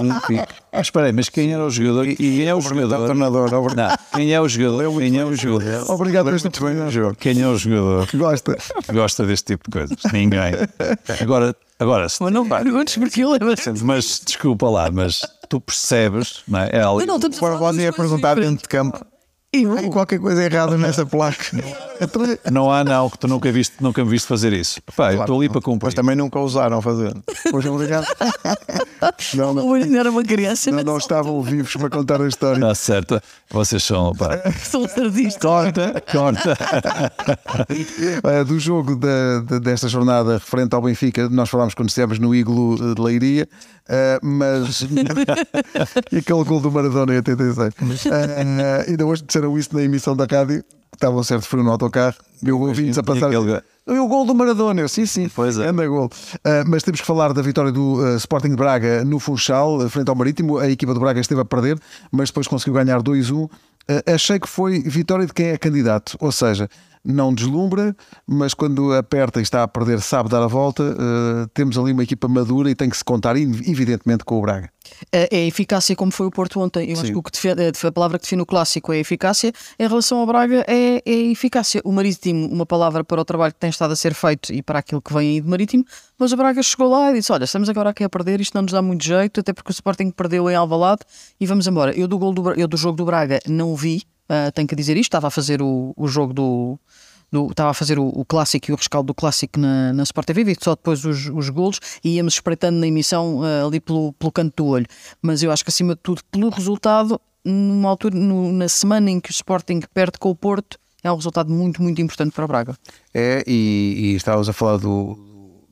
S4: em pique.
S2: Ah, espera aí, mas quem era o jogador? E quem é o jogador?
S4: treinador, obrigado.
S2: Não, quem é o jogador? Quem é o jogador?
S3: Obrigado por esta
S4: Muito bem, não.
S2: Quem é o jogador
S3: que gosta.
S2: que gosta deste tipo de coisas? Ninguém. Agora, agora se-
S1: Mas não me perguntes porque eu lembro.
S2: mas desculpa lá, mas tu percebes, não é? É ali-
S1: Não, não, estamos
S4: O
S1: a falar
S4: Barbosa
S1: de
S4: ia
S1: coisas
S4: perguntar
S1: diferentes.
S4: dentro de campo.
S1: Eu?
S4: Tem qualquer coisa errada nessa placa. Então,
S2: não há, não, que tu nunca viste, nunca me viste fazer isso. Pá, eu estou ali para
S4: Mas
S2: cumprir.
S4: também nunca usaram a fazer. Pois obrigado. Não, não,
S1: Eu ainda era uma criança,
S3: Não,
S1: mas
S3: não estavam vivos para contar a história.
S2: Está certo. Vocês são. Pá.
S1: sou sardista.
S2: Corta, corta.
S3: Eh, do jogo da- da- desta jornada referente ao Benfica, nós falámos quando estivemos no Iglo eh, de Leiria, eh, mas. e aquele gol do Maradona em 86. Eh, ainda hoje disseram isso na emissão da rádio, que estavam certo frio no autocarro, e eu ouvi-nos a passar.
S2: aquele gol.
S3: E o gol do Maradona, eu sim, sim.
S2: Pois é.
S3: Anda gol. Ah, mas temos que falar da vitória do ah, Sporting de Braga no Funchal, ah, frente ao Marítimo. A equipa do Braga esteve a perder, mas depois conseguiu ganhar 2-1. Ah, achei que foi vitória de quem é candidato, ou seja, não deslumbra, mas quando aperta e está a perder, sabe dar a volta. Ah, temos ali uma equipa madura e tem que se contar, ev- evidentemente, com o Braga.
S1: É é a eficácia como foi o Porto ontem. Eu acho que, o que defende- eh, a palavra que define o clássico é a eficácia. Em relação ao Braga, é, é a eficácia. O Marítimo, uma palavra para o trabalho que tem estado a ser feito e para aquilo que vem aí de Marítimo, mas o Braga chegou lá e disse: Olha, estamos agora aqui a perder, isto não nos dá muito jeito, até porque o Sporting perdeu em Alvalade e vamos embora. Eu do, gol do, Bra- eu do jogo do Braga não o vi, ah, tenho que dizer isto. Estava a fazer o, o jogo do, do- estava a fazer o, o clássico e o rescaldo do clássico na, na Sport TV, vi só depois os, os golos e íamos espreitando na emissão ah, ali pelo, pelo canto do olho. Mas eu acho que acima de tudo, pelo resultado, numa altura, no- na semana em que o Sporting perde com o Porto, é um resultado muito, muito importante para o Braga.
S3: É, e, e estávamos a falar do,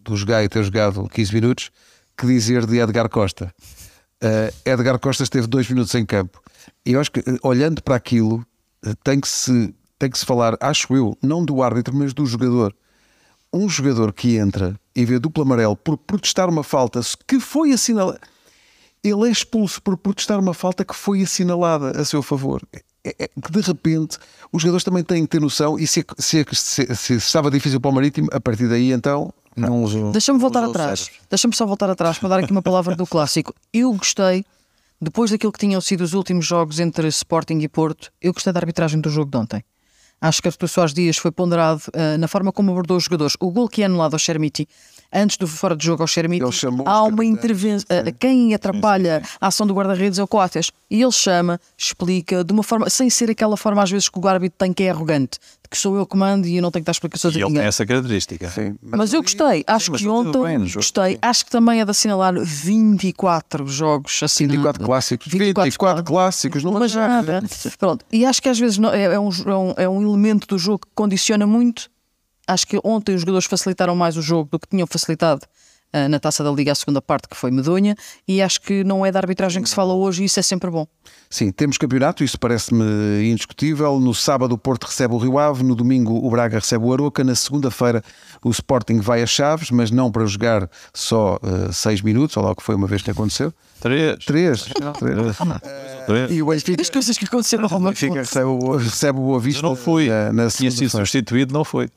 S3: do Jogai ter jogado 15 minutos, que dizer de Edgar Costa. Eh, Edgar Costa esteve dois minutos em campo. E eu acho que, eh, olhando para aquilo, eh, tem que, se, tem que se falar, acho eu, não do árbitro, mas do jogador. Um jogador que entra e vê duplo amarelo por protestar uma falta que foi assinalada. Ele é expulso por protestar uma falta que foi assinalada a seu favor. é- é que de repente os jogadores também têm que ter noção e se, se- é se- se estava difícil para o Marítimo, a partir daí então
S4: Não usou.
S1: Deixa-me voltar
S4: usou
S1: atrás.
S4: cérebros.
S1: Deixa-me só voltar atrás para dar aqui uma palavra do clássico. Eu gostei, depois daquilo que tinham sido os últimos jogos entre Sporting e Porto, eu gostei da arbitragem do jogo de ontem. Acho que Artur Soares Dias foi ponderado ah, na forma como abordou os jogadores. O gol que é anulado ao Xermiti, antes do fora de jogo ao Xermiti,
S3: Ele chamou
S1: há
S3: os
S1: uma intervenção. eh, quem atrapalha a ação do guarda-redes é o Coates. E ele chama, explica, de uma forma, sem ser aquela forma às vezes que o árbitro tem que é arrogante, de que sou eu que mando e eu não tenho que dar explicações
S2: E
S1: a
S2: ele tem
S1: ninguém.
S2: essa característica.
S3: sim,
S1: Mas eu gostei, acho
S2: mas
S1: que
S2: tudo
S1: ontem
S2: bem no jogo.
S1: gostei. Acho que também é de assinalar 24 jogos assim.
S3: 24 clássicos, 24, clássicos, não
S1: Mas nada. Pronto, e acho que às vezes não- é, é um, jo- é, um, é um elemento do jogo que condiciona muito. Acho que ontem os jogadores facilitaram mais o jogo do que tinham facilitado ah, na taça da Liga, a segunda parte que foi medonha. E acho que não é da arbitragem que se fala hoje e isso é sempre bom.
S3: Sim, temos campeonato, isso parece-me indiscutível. No sábado o Porto recebe o Rio Ave, no domingo o Braga recebe o Aroca, na segunda-feira o Sporting vai a Chaves, mas não para jogar só 6 minutos, ou lá o que foi uma vez que aconteceu.
S2: Três.
S3: 3.
S2: Três.
S3: E o Benfica
S1: As coisas que aconteceram ao
S4: Fica, recebe o
S3: recebe o Boa Vista.
S2: Eu não fui.
S3: eh, na
S2: Tinha sido
S3: segunda-feira.
S2: substituído, não foi.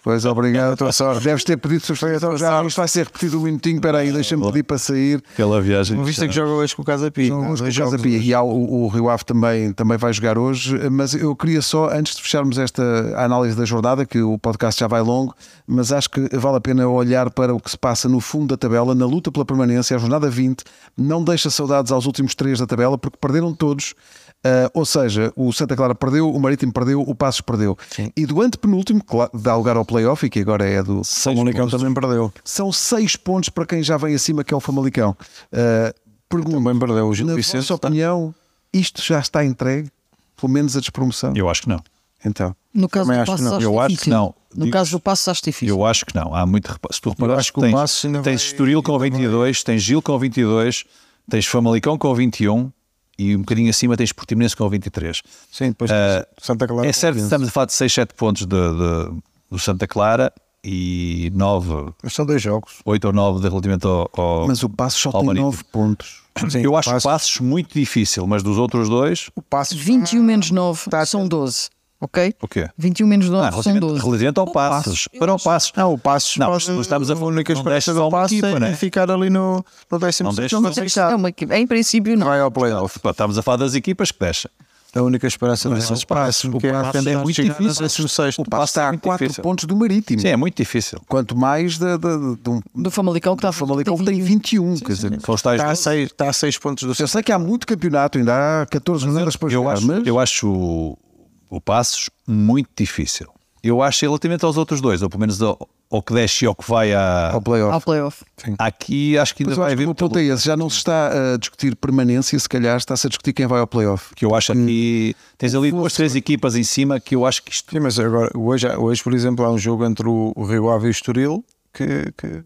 S3: Pois, obrigado. Tua sorte. Deves ter pedido substituição. Já, isto vai ser repetido um minutinho. Espera aí, deixa-me pedir para sair.
S2: Aquela viagem.
S4: Vista é que joga hoje com o Casa Pia.
S3: São alguns
S4: Dois
S3: com o Casa
S4: jogos.
S3: Pia. E há o, o Rio Ave também, também vai jogar hoje, mas eu queria só, antes de fecharmos esta análise da jornada, que o podcast já vai longo, mas acho que vale a pena olhar para o que se passa no fundo da tabela, na luta pela permanência, a jornada 20 não deixa saudades aos últimos três da tabela, porque perderam todos. Ah, ou seja, o Santa Clara perdeu, o Marítimo perdeu, o Passos perdeu. E do antepenúltimo, que lá dá lugar ao playoff e que agora é do
S4: O Monicão um também perdeu.
S3: são seis pontos para quem já vem acima, que é o Famalicão. Uh, pergunto,
S4: Também perdeu o Gil
S3: na
S4: Vicente.
S3: vossa opinião, isto já está entregue? Pelo menos a despromoção?
S2: Eu acho que não.
S3: Então,
S1: No caso
S4: Também
S1: do
S4: acho que
S1: passo,
S4: não.
S1: acho
S2: Eu acho que
S1: difícil.
S2: não.
S1: No
S2: Digo-
S1: caso do passo, acho difícil.
S2: Eu acho que não. Há muito repa- Se tu reparares,
S4: acho que o
S2: tens,
S4: Passos ainda
S2: tens
S4: vai-
S2: Estoril com 22, tens Gil com 22, tens Famalicão com 21 e um bocadinho acima tens Portimonense com 23.
S4: Sim, depois
S2: Ah,
S4: Santa Clara.
S2: é certo, que
S4: Portimonense.
S2: estamos a falar de 6, 7 pontos de, de- do Santa Clara e 9,
S4: Mas São dois jogos.
S2: 8 ou 9 de relativamente ao. ao-
S3: mas o passo só
S2: ao
S3: tem
S2: Marítimo.
S3: nove pontos.
S4: Sim,
S2: Eu acho passos.
S4: Passos-
S2: passos muito difícil, mas dos outros dois,
S4: O passo
S1: 21 menos 9 são 12, ok?
S2: o quê?
S1: 21 menos 9
S2: Ah,
S1: são
S2: relativamente,
S1: 12.
S2: relativamente ao passos. Para o passos.
S4: Não, o Passos.
S2: Não,
S4: nós
S2: estamos a
S4: a única
S2: não deixa
S4: esperança do
S2: de uma
S4: Passo
S2: equipa,
S4: é
S2: né?
S4: ficar ali no, no décimo
S2: Não deixa
S4: sexto,
S2: de uma
S4: mas
S1: Mas
S4: está-
S1: é uma equipe- em princípio, não.
S4: Vai ao playoff.
S2: Pá, Estamos a falar das equipas que deixa.
S4: A única esperança do
S2: Mas
S4: Passo,
S2: o Passo-
S4: que
S2: o
S4: é,
S2: Passo
S4: é muito difícil. Décimo sexto.
S3: O passo está
S2: é
S3: a
S2: muito
S3: quatro
S2: difícil.
S3: pontos do Marítimo.
S2: Sim, é muito difícil.
S3: Quanto mais da- da- de um
S1: do Famalicão
S2: Ah,
S1: que tá- está a
S3: Famalicão que tem 21. quer dizer,
S2: São os tais
S4: Está a
S2: dois.
S4: seis, está a seis pontos do
S3: Eu sei que há muito campeonato, ainda há 14 jornadas para
S2: Eu
S3: jogar,
S2: acho,
S3: mas
S2: eu acho o, o Passos muito difícil. Eu acho relativamente aos outros dois, ou pelo menos ao, ao que desce e ao que vai a,
S3: ao playoff.
S1: ao playoff.
S2: aqui, acho que ainda
S3: Mas eu
S2: vai
S3: acho que
S2: haver
S3: o
S2: muito
S3: ponto é esse. Já não se está a discutir permanência, se calhar está-se a discutir quem vai ao playoff.
S2: que eu acho aqui tens ali duas, três equipas em cima que eu acho que isto
S4: Sim, mas agora, hoje, hoje, por exemplo, há um jogo entre o o Rio Ave e o Estoril que, que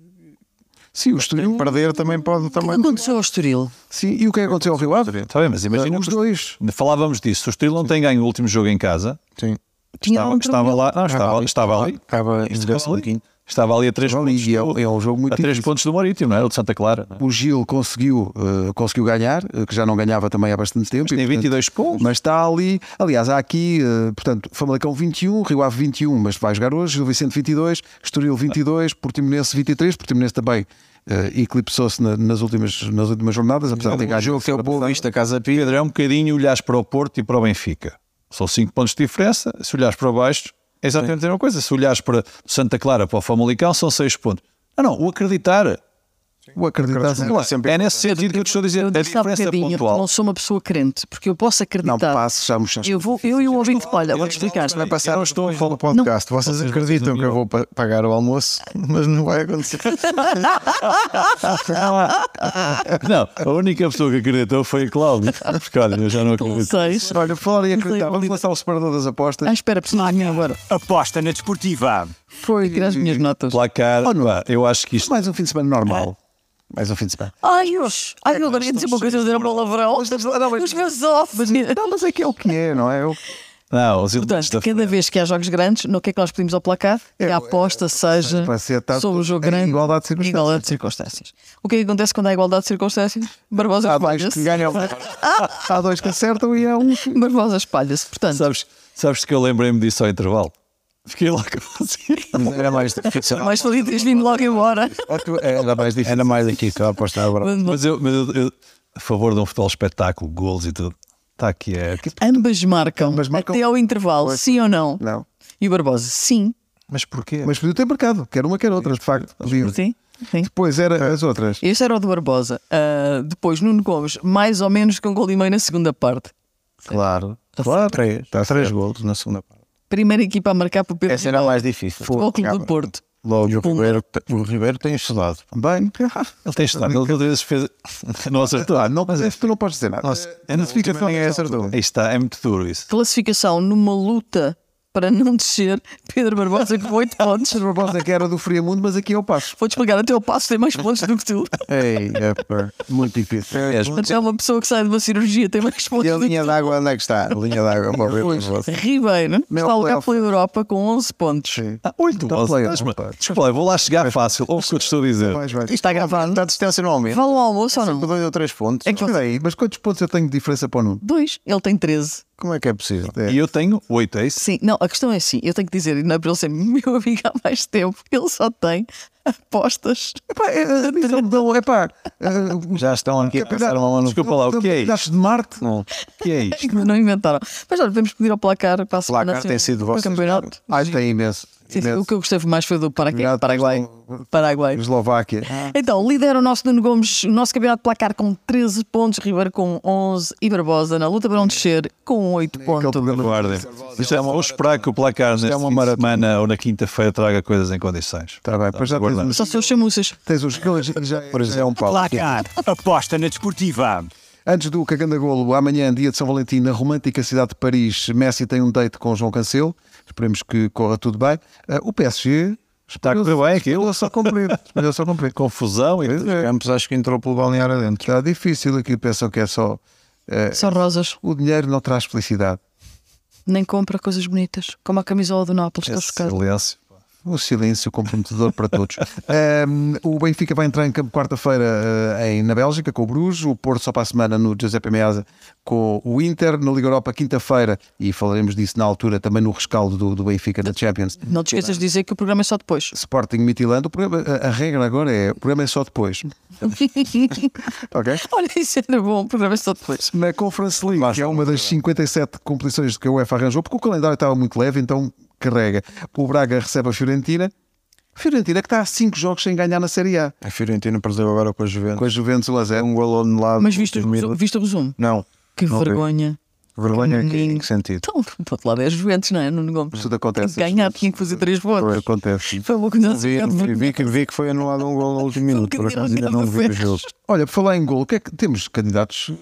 S3: Sim, o Estoril.
S4: perder também pode
S1: O que
S4: também.
S1: aconteceu ao Estoril?
S3: Sim, e o que é que aconteceu ao Rio Ave? Ah,
S2: está bem, mas imagina
S3: Os dois.
S2: falávamos disso, se o Estoril não tem ganho o último jogo em casa,
S4: Sim.
S1: Tinha
S2: estava,
S1: um
S2: estava lá, não, estava, estava ali,
S4: Acaba em
S2: estava
S4: décimo
S2: ali,
S4: quinto.
S2: Assim, um estava ali a três
S3: João,
S2: pontos,
S3: e é,
S2: do,
S3: é um jogo muito
S2: a três
S3: difícil.
S2: pontos do Marítimo, não é? O de Santa Clara. não é?
S3: O Gil conseguiu, eh, conseguiu ganhar, eh, que já não ganhava também há bastante tempo. e,
S2: Tem
S3: portanto, é?
S2: 22 pontos.
S3: Mas está ali, aliás, há aqui, eh, portanto, Famalicão 21, Rio Ave 21, mas vai jogar hoje, Gil Vicente 22, Estoril 22, Portimonense 23, Portimonense também eh, eclipsou-se na- nas, últimas, nas últimas jornadas, apesar de ter
S4: O
S3: ganho.
S4: jogo que é
S2: um
S4: o Boa Vista, Casa Pia.
S2: Pedro, é um bocadinho olhares para o Porto e para o Benfica. São cinco pontos de diferença. Se olhares para baixo, é exatamente a mesma coisa. Se olhares para Santa Clara, para o Famalicão, são seis pontos. Ah, não, o acreditar.
S3: O acreditar
S2: Sei lá,
S4: sempre
S2: é nesse sentido que eu te estou a dizer.
S1: Eu
S2: A
S1: disse há
S2: diferença é
S1: bocadinho, não
S2: pontual.
S1: sou uma pessoa crente, porque eu posso acreditar.
S3: Não, passo, já mexaste.
S1: eu, vou, eu e o ouvinte, olha, vou explicar.
S2: Vai
S4: um
S2: passar. Eu não estou a falar.
S4: Podcast. Vocês acreditam que eu vou pa- pagar o almoço, mas não vai acontecer.
S2: Não, a única pessoa que acreditou foi a Cláudia. Porque olha, eu já não acredito.
S1: Seis.
S3: Olha, falar e
S1: Não sei,
S3: acreditar, vamos lançar o separador das apostas.
S1: Ah, espera, porque não há ninguém agora.
S5: Aposta na desportiva.
S1: Foi tirar as minhas notas.
S2: Placar,
S3: Oh, não.
S2: pá, eu acho que isto.
S3: Mais um fim de semana normal. Mais um fim de semana.
S1: Ai, hoje. Ai, eu agora ia dizer uma coisa, eu dizer um palavrão. Os meus ovos.
S3: Não, mas é que é o que é, não é? Eu,
S2: Não, os elementos
S1: Portanto,
S2: da
S1: cada vez que há jogos grandes, no que é que nós pedimos ao placar? Que a aposta seja
S3: vai eh, ser tá-
S1: sobre o jogo
S3: em
S1: grande.
S3: igualdade de circunstâncias.
S1: Igualdade de circunstâncias. O que é que acontece quando há igualdade de circunstâncias? Barbosa
S3: Há dois que
S1: espalha-se.
S3: ganham. Há dois que acertam e há um que.
S1: Barbosa espalha-se. Portanto,
S2: Sabes, sabes que eu lembrei-me disso ao intervalo. Fiquei logo assim.
S4: Era mais difícil.
S1: mais valia teres vindo logo embora.
S4: Era mais difícil. Era mais aqui que eu apostava agora.
S2: Mas, eu, mas eu- eu- a favor de um futebol espetáculo, golos e tudo. Está aqui, é. aqui-
S1: Ambas marcam,
S3: Ambas marcam.
S1: até ao intervalo, sim ou não?
S3: Não.
S1: E o Barbosa, sim.
S2: Mas
S4: é?
S2: porquê?
S3: Mas podia ter mercado, quer uma, quer outra, de facto. Podia.
S1: Sim. sim.
S3: Depois
S4: É.
S3: era as outras.
S1: Este era o do Barbosa. Ah, depois, Nuno Gomes, mais ou menos com um gol e meio na segunda parte.
S4: Claro. Claro. Três. Tá, três golos na segunda parte.
S1: Primeira equipa a marcar para o Pedro
S4: Essa era É a mais difícil.
S1: Futebol
S3: Ah,
S1: Clube do Porto.
S4: Logo, e o Ribeiro, o Ribeiro tem estudado.
S3: Bem,
S2: Ele tem estado. Ele todas as vezes fez. Não acertou. é,
S3: ah, não, mas tu não podes dizer nada.
S4: Nossa,
S3: a notificação
S4: ninguém
S3: desta
S4: acertou.
S3: altura.
S2: Aí está, é muito duro isso.
S1: Classificação numa luta para não descer. Pedro Barbosa com 8 pontos.
S3: Pedro Barbosa que era do Friamundo, mas aqui é o passo.
S1: Vou-te explicar, até o passo tem mais pontos do que tu.
S4: Ei, é pá, muito difícil.
S3: É,
S2: És-
S1: Até uma pessoa que sai de uma cirurgia tem mais pontos
S4: E a
S1: do que
S4: linha
S1: tu.
S4: d'água, onde é que está? A linha d'água, uma vez.
S1: Ribeiro
S3: Meu
S1: está a lugar
S3: playoff.
S1: pela Europa com 11 pontos.
S2: Ah, oito
S3: Então,
S2: golos.
S3: play,
S2: Mas,
S3: opa.
S2: Desculpa, lá, eu vou lá chegar fácil. Ouve o que eu te estou a dizer.
S3: Vais, vais.
S1: Está gravado.
S4: Está a distância no aumento.
S1: Vale o almoço ou
S4: Por
S1: não?
S4: dois ou três pontos.
S1: É que
S3: Espera aí, mas quantos pontos eu tenho de diferença para o Nuno?
S1: dois, ele tem 13.
S4: Como é que é possível?
S2: E eu tenho oito, é isso?
S1: Sim, não, a questão é assim, eu tenho que dizer, e não é para ele ser meu amigo há mais tempo, ele só tem apostas.
S3: Epá, é, é, é, pá,
S4: Já estão aqui a passar uma mão no
S2: Desculpa lá, o que é isto?
S3: Pedaços de Marte.
S4: Não.
S2: O que é isto?
S1: Ainda não inventaram. Mas olha, podemos pedir ao placar para a semana.
S4: placar
S1: assim,
S4: tem sido
S1: para o
S4: vossas,
S1: campeonato.
S3: Ah, tem imenso.
S1: Sim, sim,
S3: imenso.
S1: o que eu gostei mais foi do Paraguai.
S3: Obrigado,
S1: Paraguai.
S3: Paulo.
S1: Paraguai.
S3: Eslováquia. é
S4: É.
S1: Então, lidera o nosso Nuno Gomes, o nosso campeonato de placar com 13 pontos, Ribeiro com 11 e Barbosa na luta para não descer com 8 pontos.
S2: Guardem. Isto é uma, vamos esperar que o placar nesta
S4: uma
S2: semana ou na quinta-feira traga coisas em condições. Tá,
S3: Está bem, depois já tens
S2: guardado.
S3: os,
S1: Só seus chamuças.
S3: tens os golos e já,
S4: Por exemplo, é um pau.
S5: Placar. Aposta na desportiva.
S3: Antes do Caganda Golo, amanhã, dia de São Valentim, na romântica cidade de Paris, Messi tem um date com João Cancelo. Esperemos que corra tudo bem. Ah, o PSG
S2: Está a correr bem aquilo?
S3: espelhou-se a cumprir. espelhou-se a cumprir.
S2: Confusão e
S4: Campos acho que entrou pelo balneário adentro.
S3: é. Está difícil aqui, pensam que é só.
S4: É.
S3: eh,
S1: Só rosas.
S3: o dinheiro não traz felicidade.
S1: Nem compra coisas bonitas, como a camisola do Nápoles, estou
S2: Esse
S1: chocado.
S2: silêncio.
S3: O silêncio comprometedor para todos. Ahm, o Benfica vai entrar em campo quarta-feira eh, em- na Bélgica com o Bruges, o Porto só para a semana no Giuseppe Meazza com o Inter, na Liga Europa quinta-feira, e falaremos disso na altura também no rescaldo do, do Benfica na Champions.
S1: Não te esqueças de dizer que o programa é só depois.
S3: Sporting Mitilando, o programa- a, a regra agora é o programa é só depois. Ok?
S1: Olha, isso era bom, o programa é só depois.
S3: Na Conference League, que é uma das 57 competições que a UEFA arranjou, porque o calendário estava muito leve, então carrega. O Braga recebe a Fiorentina. Fiorentina que está a 5 jogos sem ganhar na Série A.
S4: A Fiorentina perdeu agora com a Juventus.
S3: Com a Juventus 1 a 0.
S4: Um golo anulado.
S1: Mas viste, o-
S4: Dormido.
S1: viste o resumo?
S4: Não.
S1: Que
S4: não vi.
S1: vergonha.
S4: Vergonha em que- em
S1: menino.
S4: que sentido?
S1: Então, do outro lado é Juventus, não é? Nuno Gomes.
S3: Tudo acontece.
S4: assim,
S1: Tinha que ganhar, tinha que fazer três votos.
S3: Acontece.
S1: Foi uma coisa assim.
S4: Vi, vi, que, vi que foi anulado um golo no último minuto. Por acaso ainda não vi o jogo.
S3: Olha, por falar em gol, o que é que temos candidatos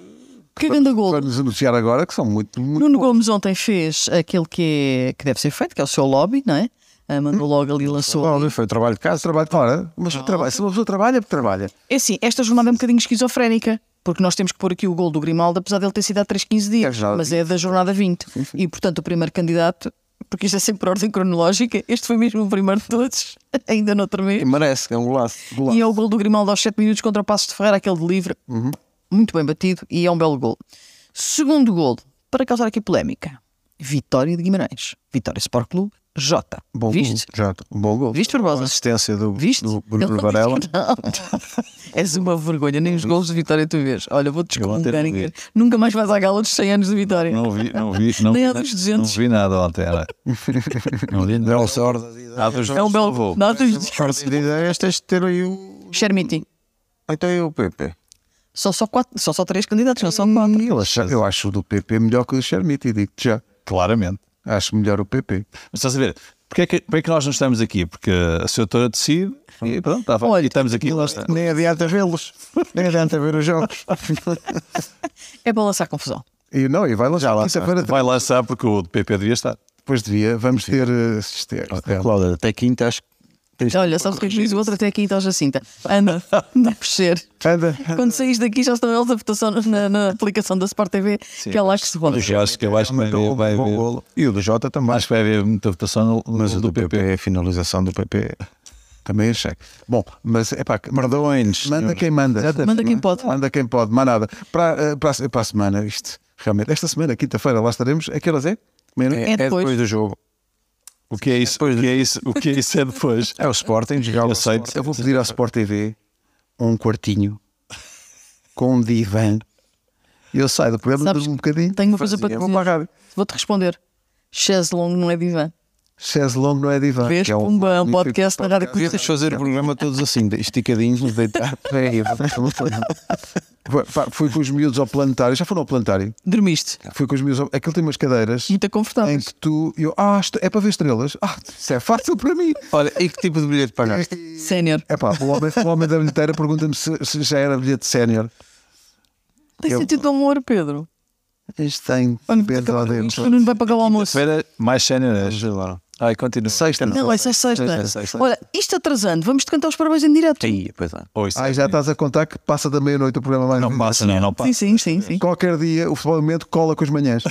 S1: Que grande gol.
S3: para nos anunciar agora que são muito. muito
S1: Nuno Gomes ontem fez aquele que, é, que deve ser feito, que é o seu lobby, não é? Ah, Mandou logo ali, lançou.
S3: Hum?
S1: ali.
S4: Não, foi trabalho de casa.
S3: trabalho. Ora, mas trabalha. se uma pessoa trabalha, trabalha.
S1: É assim, esta jornada é um bocadinho esquizofrénica, porque nós temos que pôr aqui o gol do Grimaldo, apesar dele ter sido há 3, 15
S3: É a
S1: dias,
S3: jornada
S1: mas é da jornada 20. E portanto, o primeiro candidato, porque isto é sempre por ordem cronológica, este foi mesmo o primeiro de todos, ainda no outro mês.
S4: E merece, é um golaço.
S1: E é o gol do Grimaldo aos 7 minutos contra o Passos de Ferreira, aquele de livre,
S4: Uhum.
S1: muito bem batido e é um belo gol. Segundo gol, para causar aqui polémica, Vitória de Guimarães, Vitória Sport Clube, Jota.
S3: Bom
S1: Viste?
S3: gol. Já, bom gol.
S1: Viste, Barbosa?
S4: Assistência do,
S1: Viste?
S4: do Bruno Varela.
S1: És uma vergonha, nem os gols de vitória tu vês. Olha, vou-te
S4: Eu ontem
S1: descomungar.
S4: não
S1: em
S4: vi.
S1: que- Nunca mais vais à gala dos 100 anos de vitória.
S2: Não vi, não vi, não,
S1: Nem há
S2: não-
S1: dos 200.
S2: não vi nada ontem. Era. Não vi nada.
S4: Belo sorte.
S1: é um belo. Não, tu
S4: de ideias tens de é ter aí o.
S1: Shermiti.
S4: Então é o PP.
S1: São só, quatro, são só três candidatos, não são
S4: Hum.
S1: quatro.
S3: Eu acho, eu acho o do PP melhor que o Xermiti, digo-te já.
S2: Claramente.
S3: Acho melhor o PP.
S2: Mas estás a ver, porque é que, porque é que nós não estamos aqui? Porque a senhora decide e pronto, está,
S1: Olha,
S2: e estamos aqui. Lá está.
S4: Nem adianta vê-los. Nem adianta ver os jogos.
S1: É para lançar confusão.
S3: E não, e vai lá já lá.
S4: é
S3: Quinta-feira
S2: Vai lançar porque o PP devia estar.
S3: depois devia. Vamos ter. eh, este- este-
S4: Cláudia, até quinta acho que Tens-
S1: Olha, sabes o que é que diz o outro até aqui então já cinta. Anda, anda a mexer.
S4: Anda.
S1: Quando saís daqui já estão eles a votação na, na aplicação da Sport TV, que é lá que se vota.
S2: Eu acho que, eu acho que vai haver, vai
S4: Bom
S2: haver,
S4: golo. E o do Jota também.
S2: acho que vai haver muita votação no,
S4: Mas
S2: no
S4: o do PP, a finalização do PP,
S3: é
S4: também achei. Bom, mas é pá, Mardoens.
S3: Manda quem manda.
S1: Manda quem pode.
S3: Manda quem pode, mais nada. Para, eh, para, a- para a semana, isto, realmente, esta semana, quinta-feira, lá estaremos. A que horas é? Meia-noite?
S1: É depois.
S4: do jogo.
S2: O que é isso? O que é isso? O que é isso é depois?
S4: É o Sporting, jogar o
S2: Aceito.
S4: Sporting.
S3: Eu vou pedir à Sport TV um quartinho com um divã. E Eu saio do programa,
S1: Sabes
S3: durmo um bocadinho.
S1: Tenho uma coisa para
S3: fazia-
S1: te
S3: Vou para a rádio.
S1: dizer. Vou-te responder. Cheslong não é divã.
S3: Chaise Longue não é divã.
S1: Vês,
S3: que é um
S1: pumba, é um
S3: magnífico
S1: podcast na rádio
S4: Devíamos
S1: comercial.
S4: fazer o programa todos assim, esticadinhos, deitados.
S3: Peraí, vamos falar. Fui- pá, Fui com os miúdos ao planetário. Já foram ao planetário?
S1: Dormiste.
S3: Fui com os miúdos. Ao... Aquilo tem umas cadeiras
S1: Muito confortável.
S3: em que tu. Eu, ah, isto é para ver estrelas. Ah, isso é fácil para mim.
S4: Olha, e que tipo de bilhete pagaste?
S1: Sénior.
S3: É pá, o homem, o homem da bilheteira pergunta-me se, se já era bilhete sénior.
S1: Tem
S3: Eu-
S1: sentido de amor, Pedro.
S3: Isto tem
S1: Olha,
S3: pedra ao
S1: acabou-
S3: dentro.
S1: isto não vai pagar
S3: é
S1: o almoço.
S2: Espera, mais né? cenas.
S4: Sei lá.
S2: Ai, continua. Sexta,
S1: Não, essa é
S2: Sexta,
S1: sexta.
S2: sexta.
S1: Olha, isto atrasando, vamos-te cantar os parabéns em direto.
S4: Ih, pois é.
S2: Ou isso.
S3: Ai, já estás a contar que passa da meia-noite o programa mais.
S2: Não passa, né? não, não
S1: Sim,
S2: passa.
S1: sim, sim, sim.
S3: Qualquer dia o futebolamento cola com as manhãs.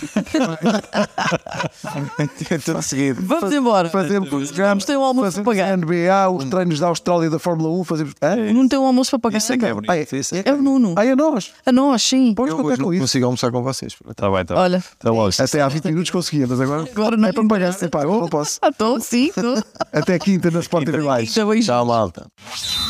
S4: Tudo a seguir.
S1: Vamos embora.
S3: Fazemos os
S1: Vamos
S3: programas,
S1: ter um almoço para
S3: fazemos a
S1: pagar.
S3: NBA,
S2: Um.
S3: os treinos da Austrália e da Fórmula 1, fazemos. Hã?
S1: Não tem um almoço para pagar.
S2: Isso é que é bonito.
S3: Ai,
S2: Isso é-
S1: É o Nuno.
S3: Ai, a nós.
S1: A nós, sim.
S3: Podes
S4: Eu
S3: contar
S4: hoje não
S3: com isso.
S4: consigo almoçar com vocês.
S2: Tá bem, tá bem.
S1: Olha.
S2: Tá bom.
S3: Até há 20 minutos conseguia, mas agora.
S1: Agora não
S3: É para me pagar. Epá, eu não posso.
S1: Ah, estou, sim, estou.
S3: Até quinta na Sport TV Mais.
S1: Já beijinho.
S4: Tchau, malta.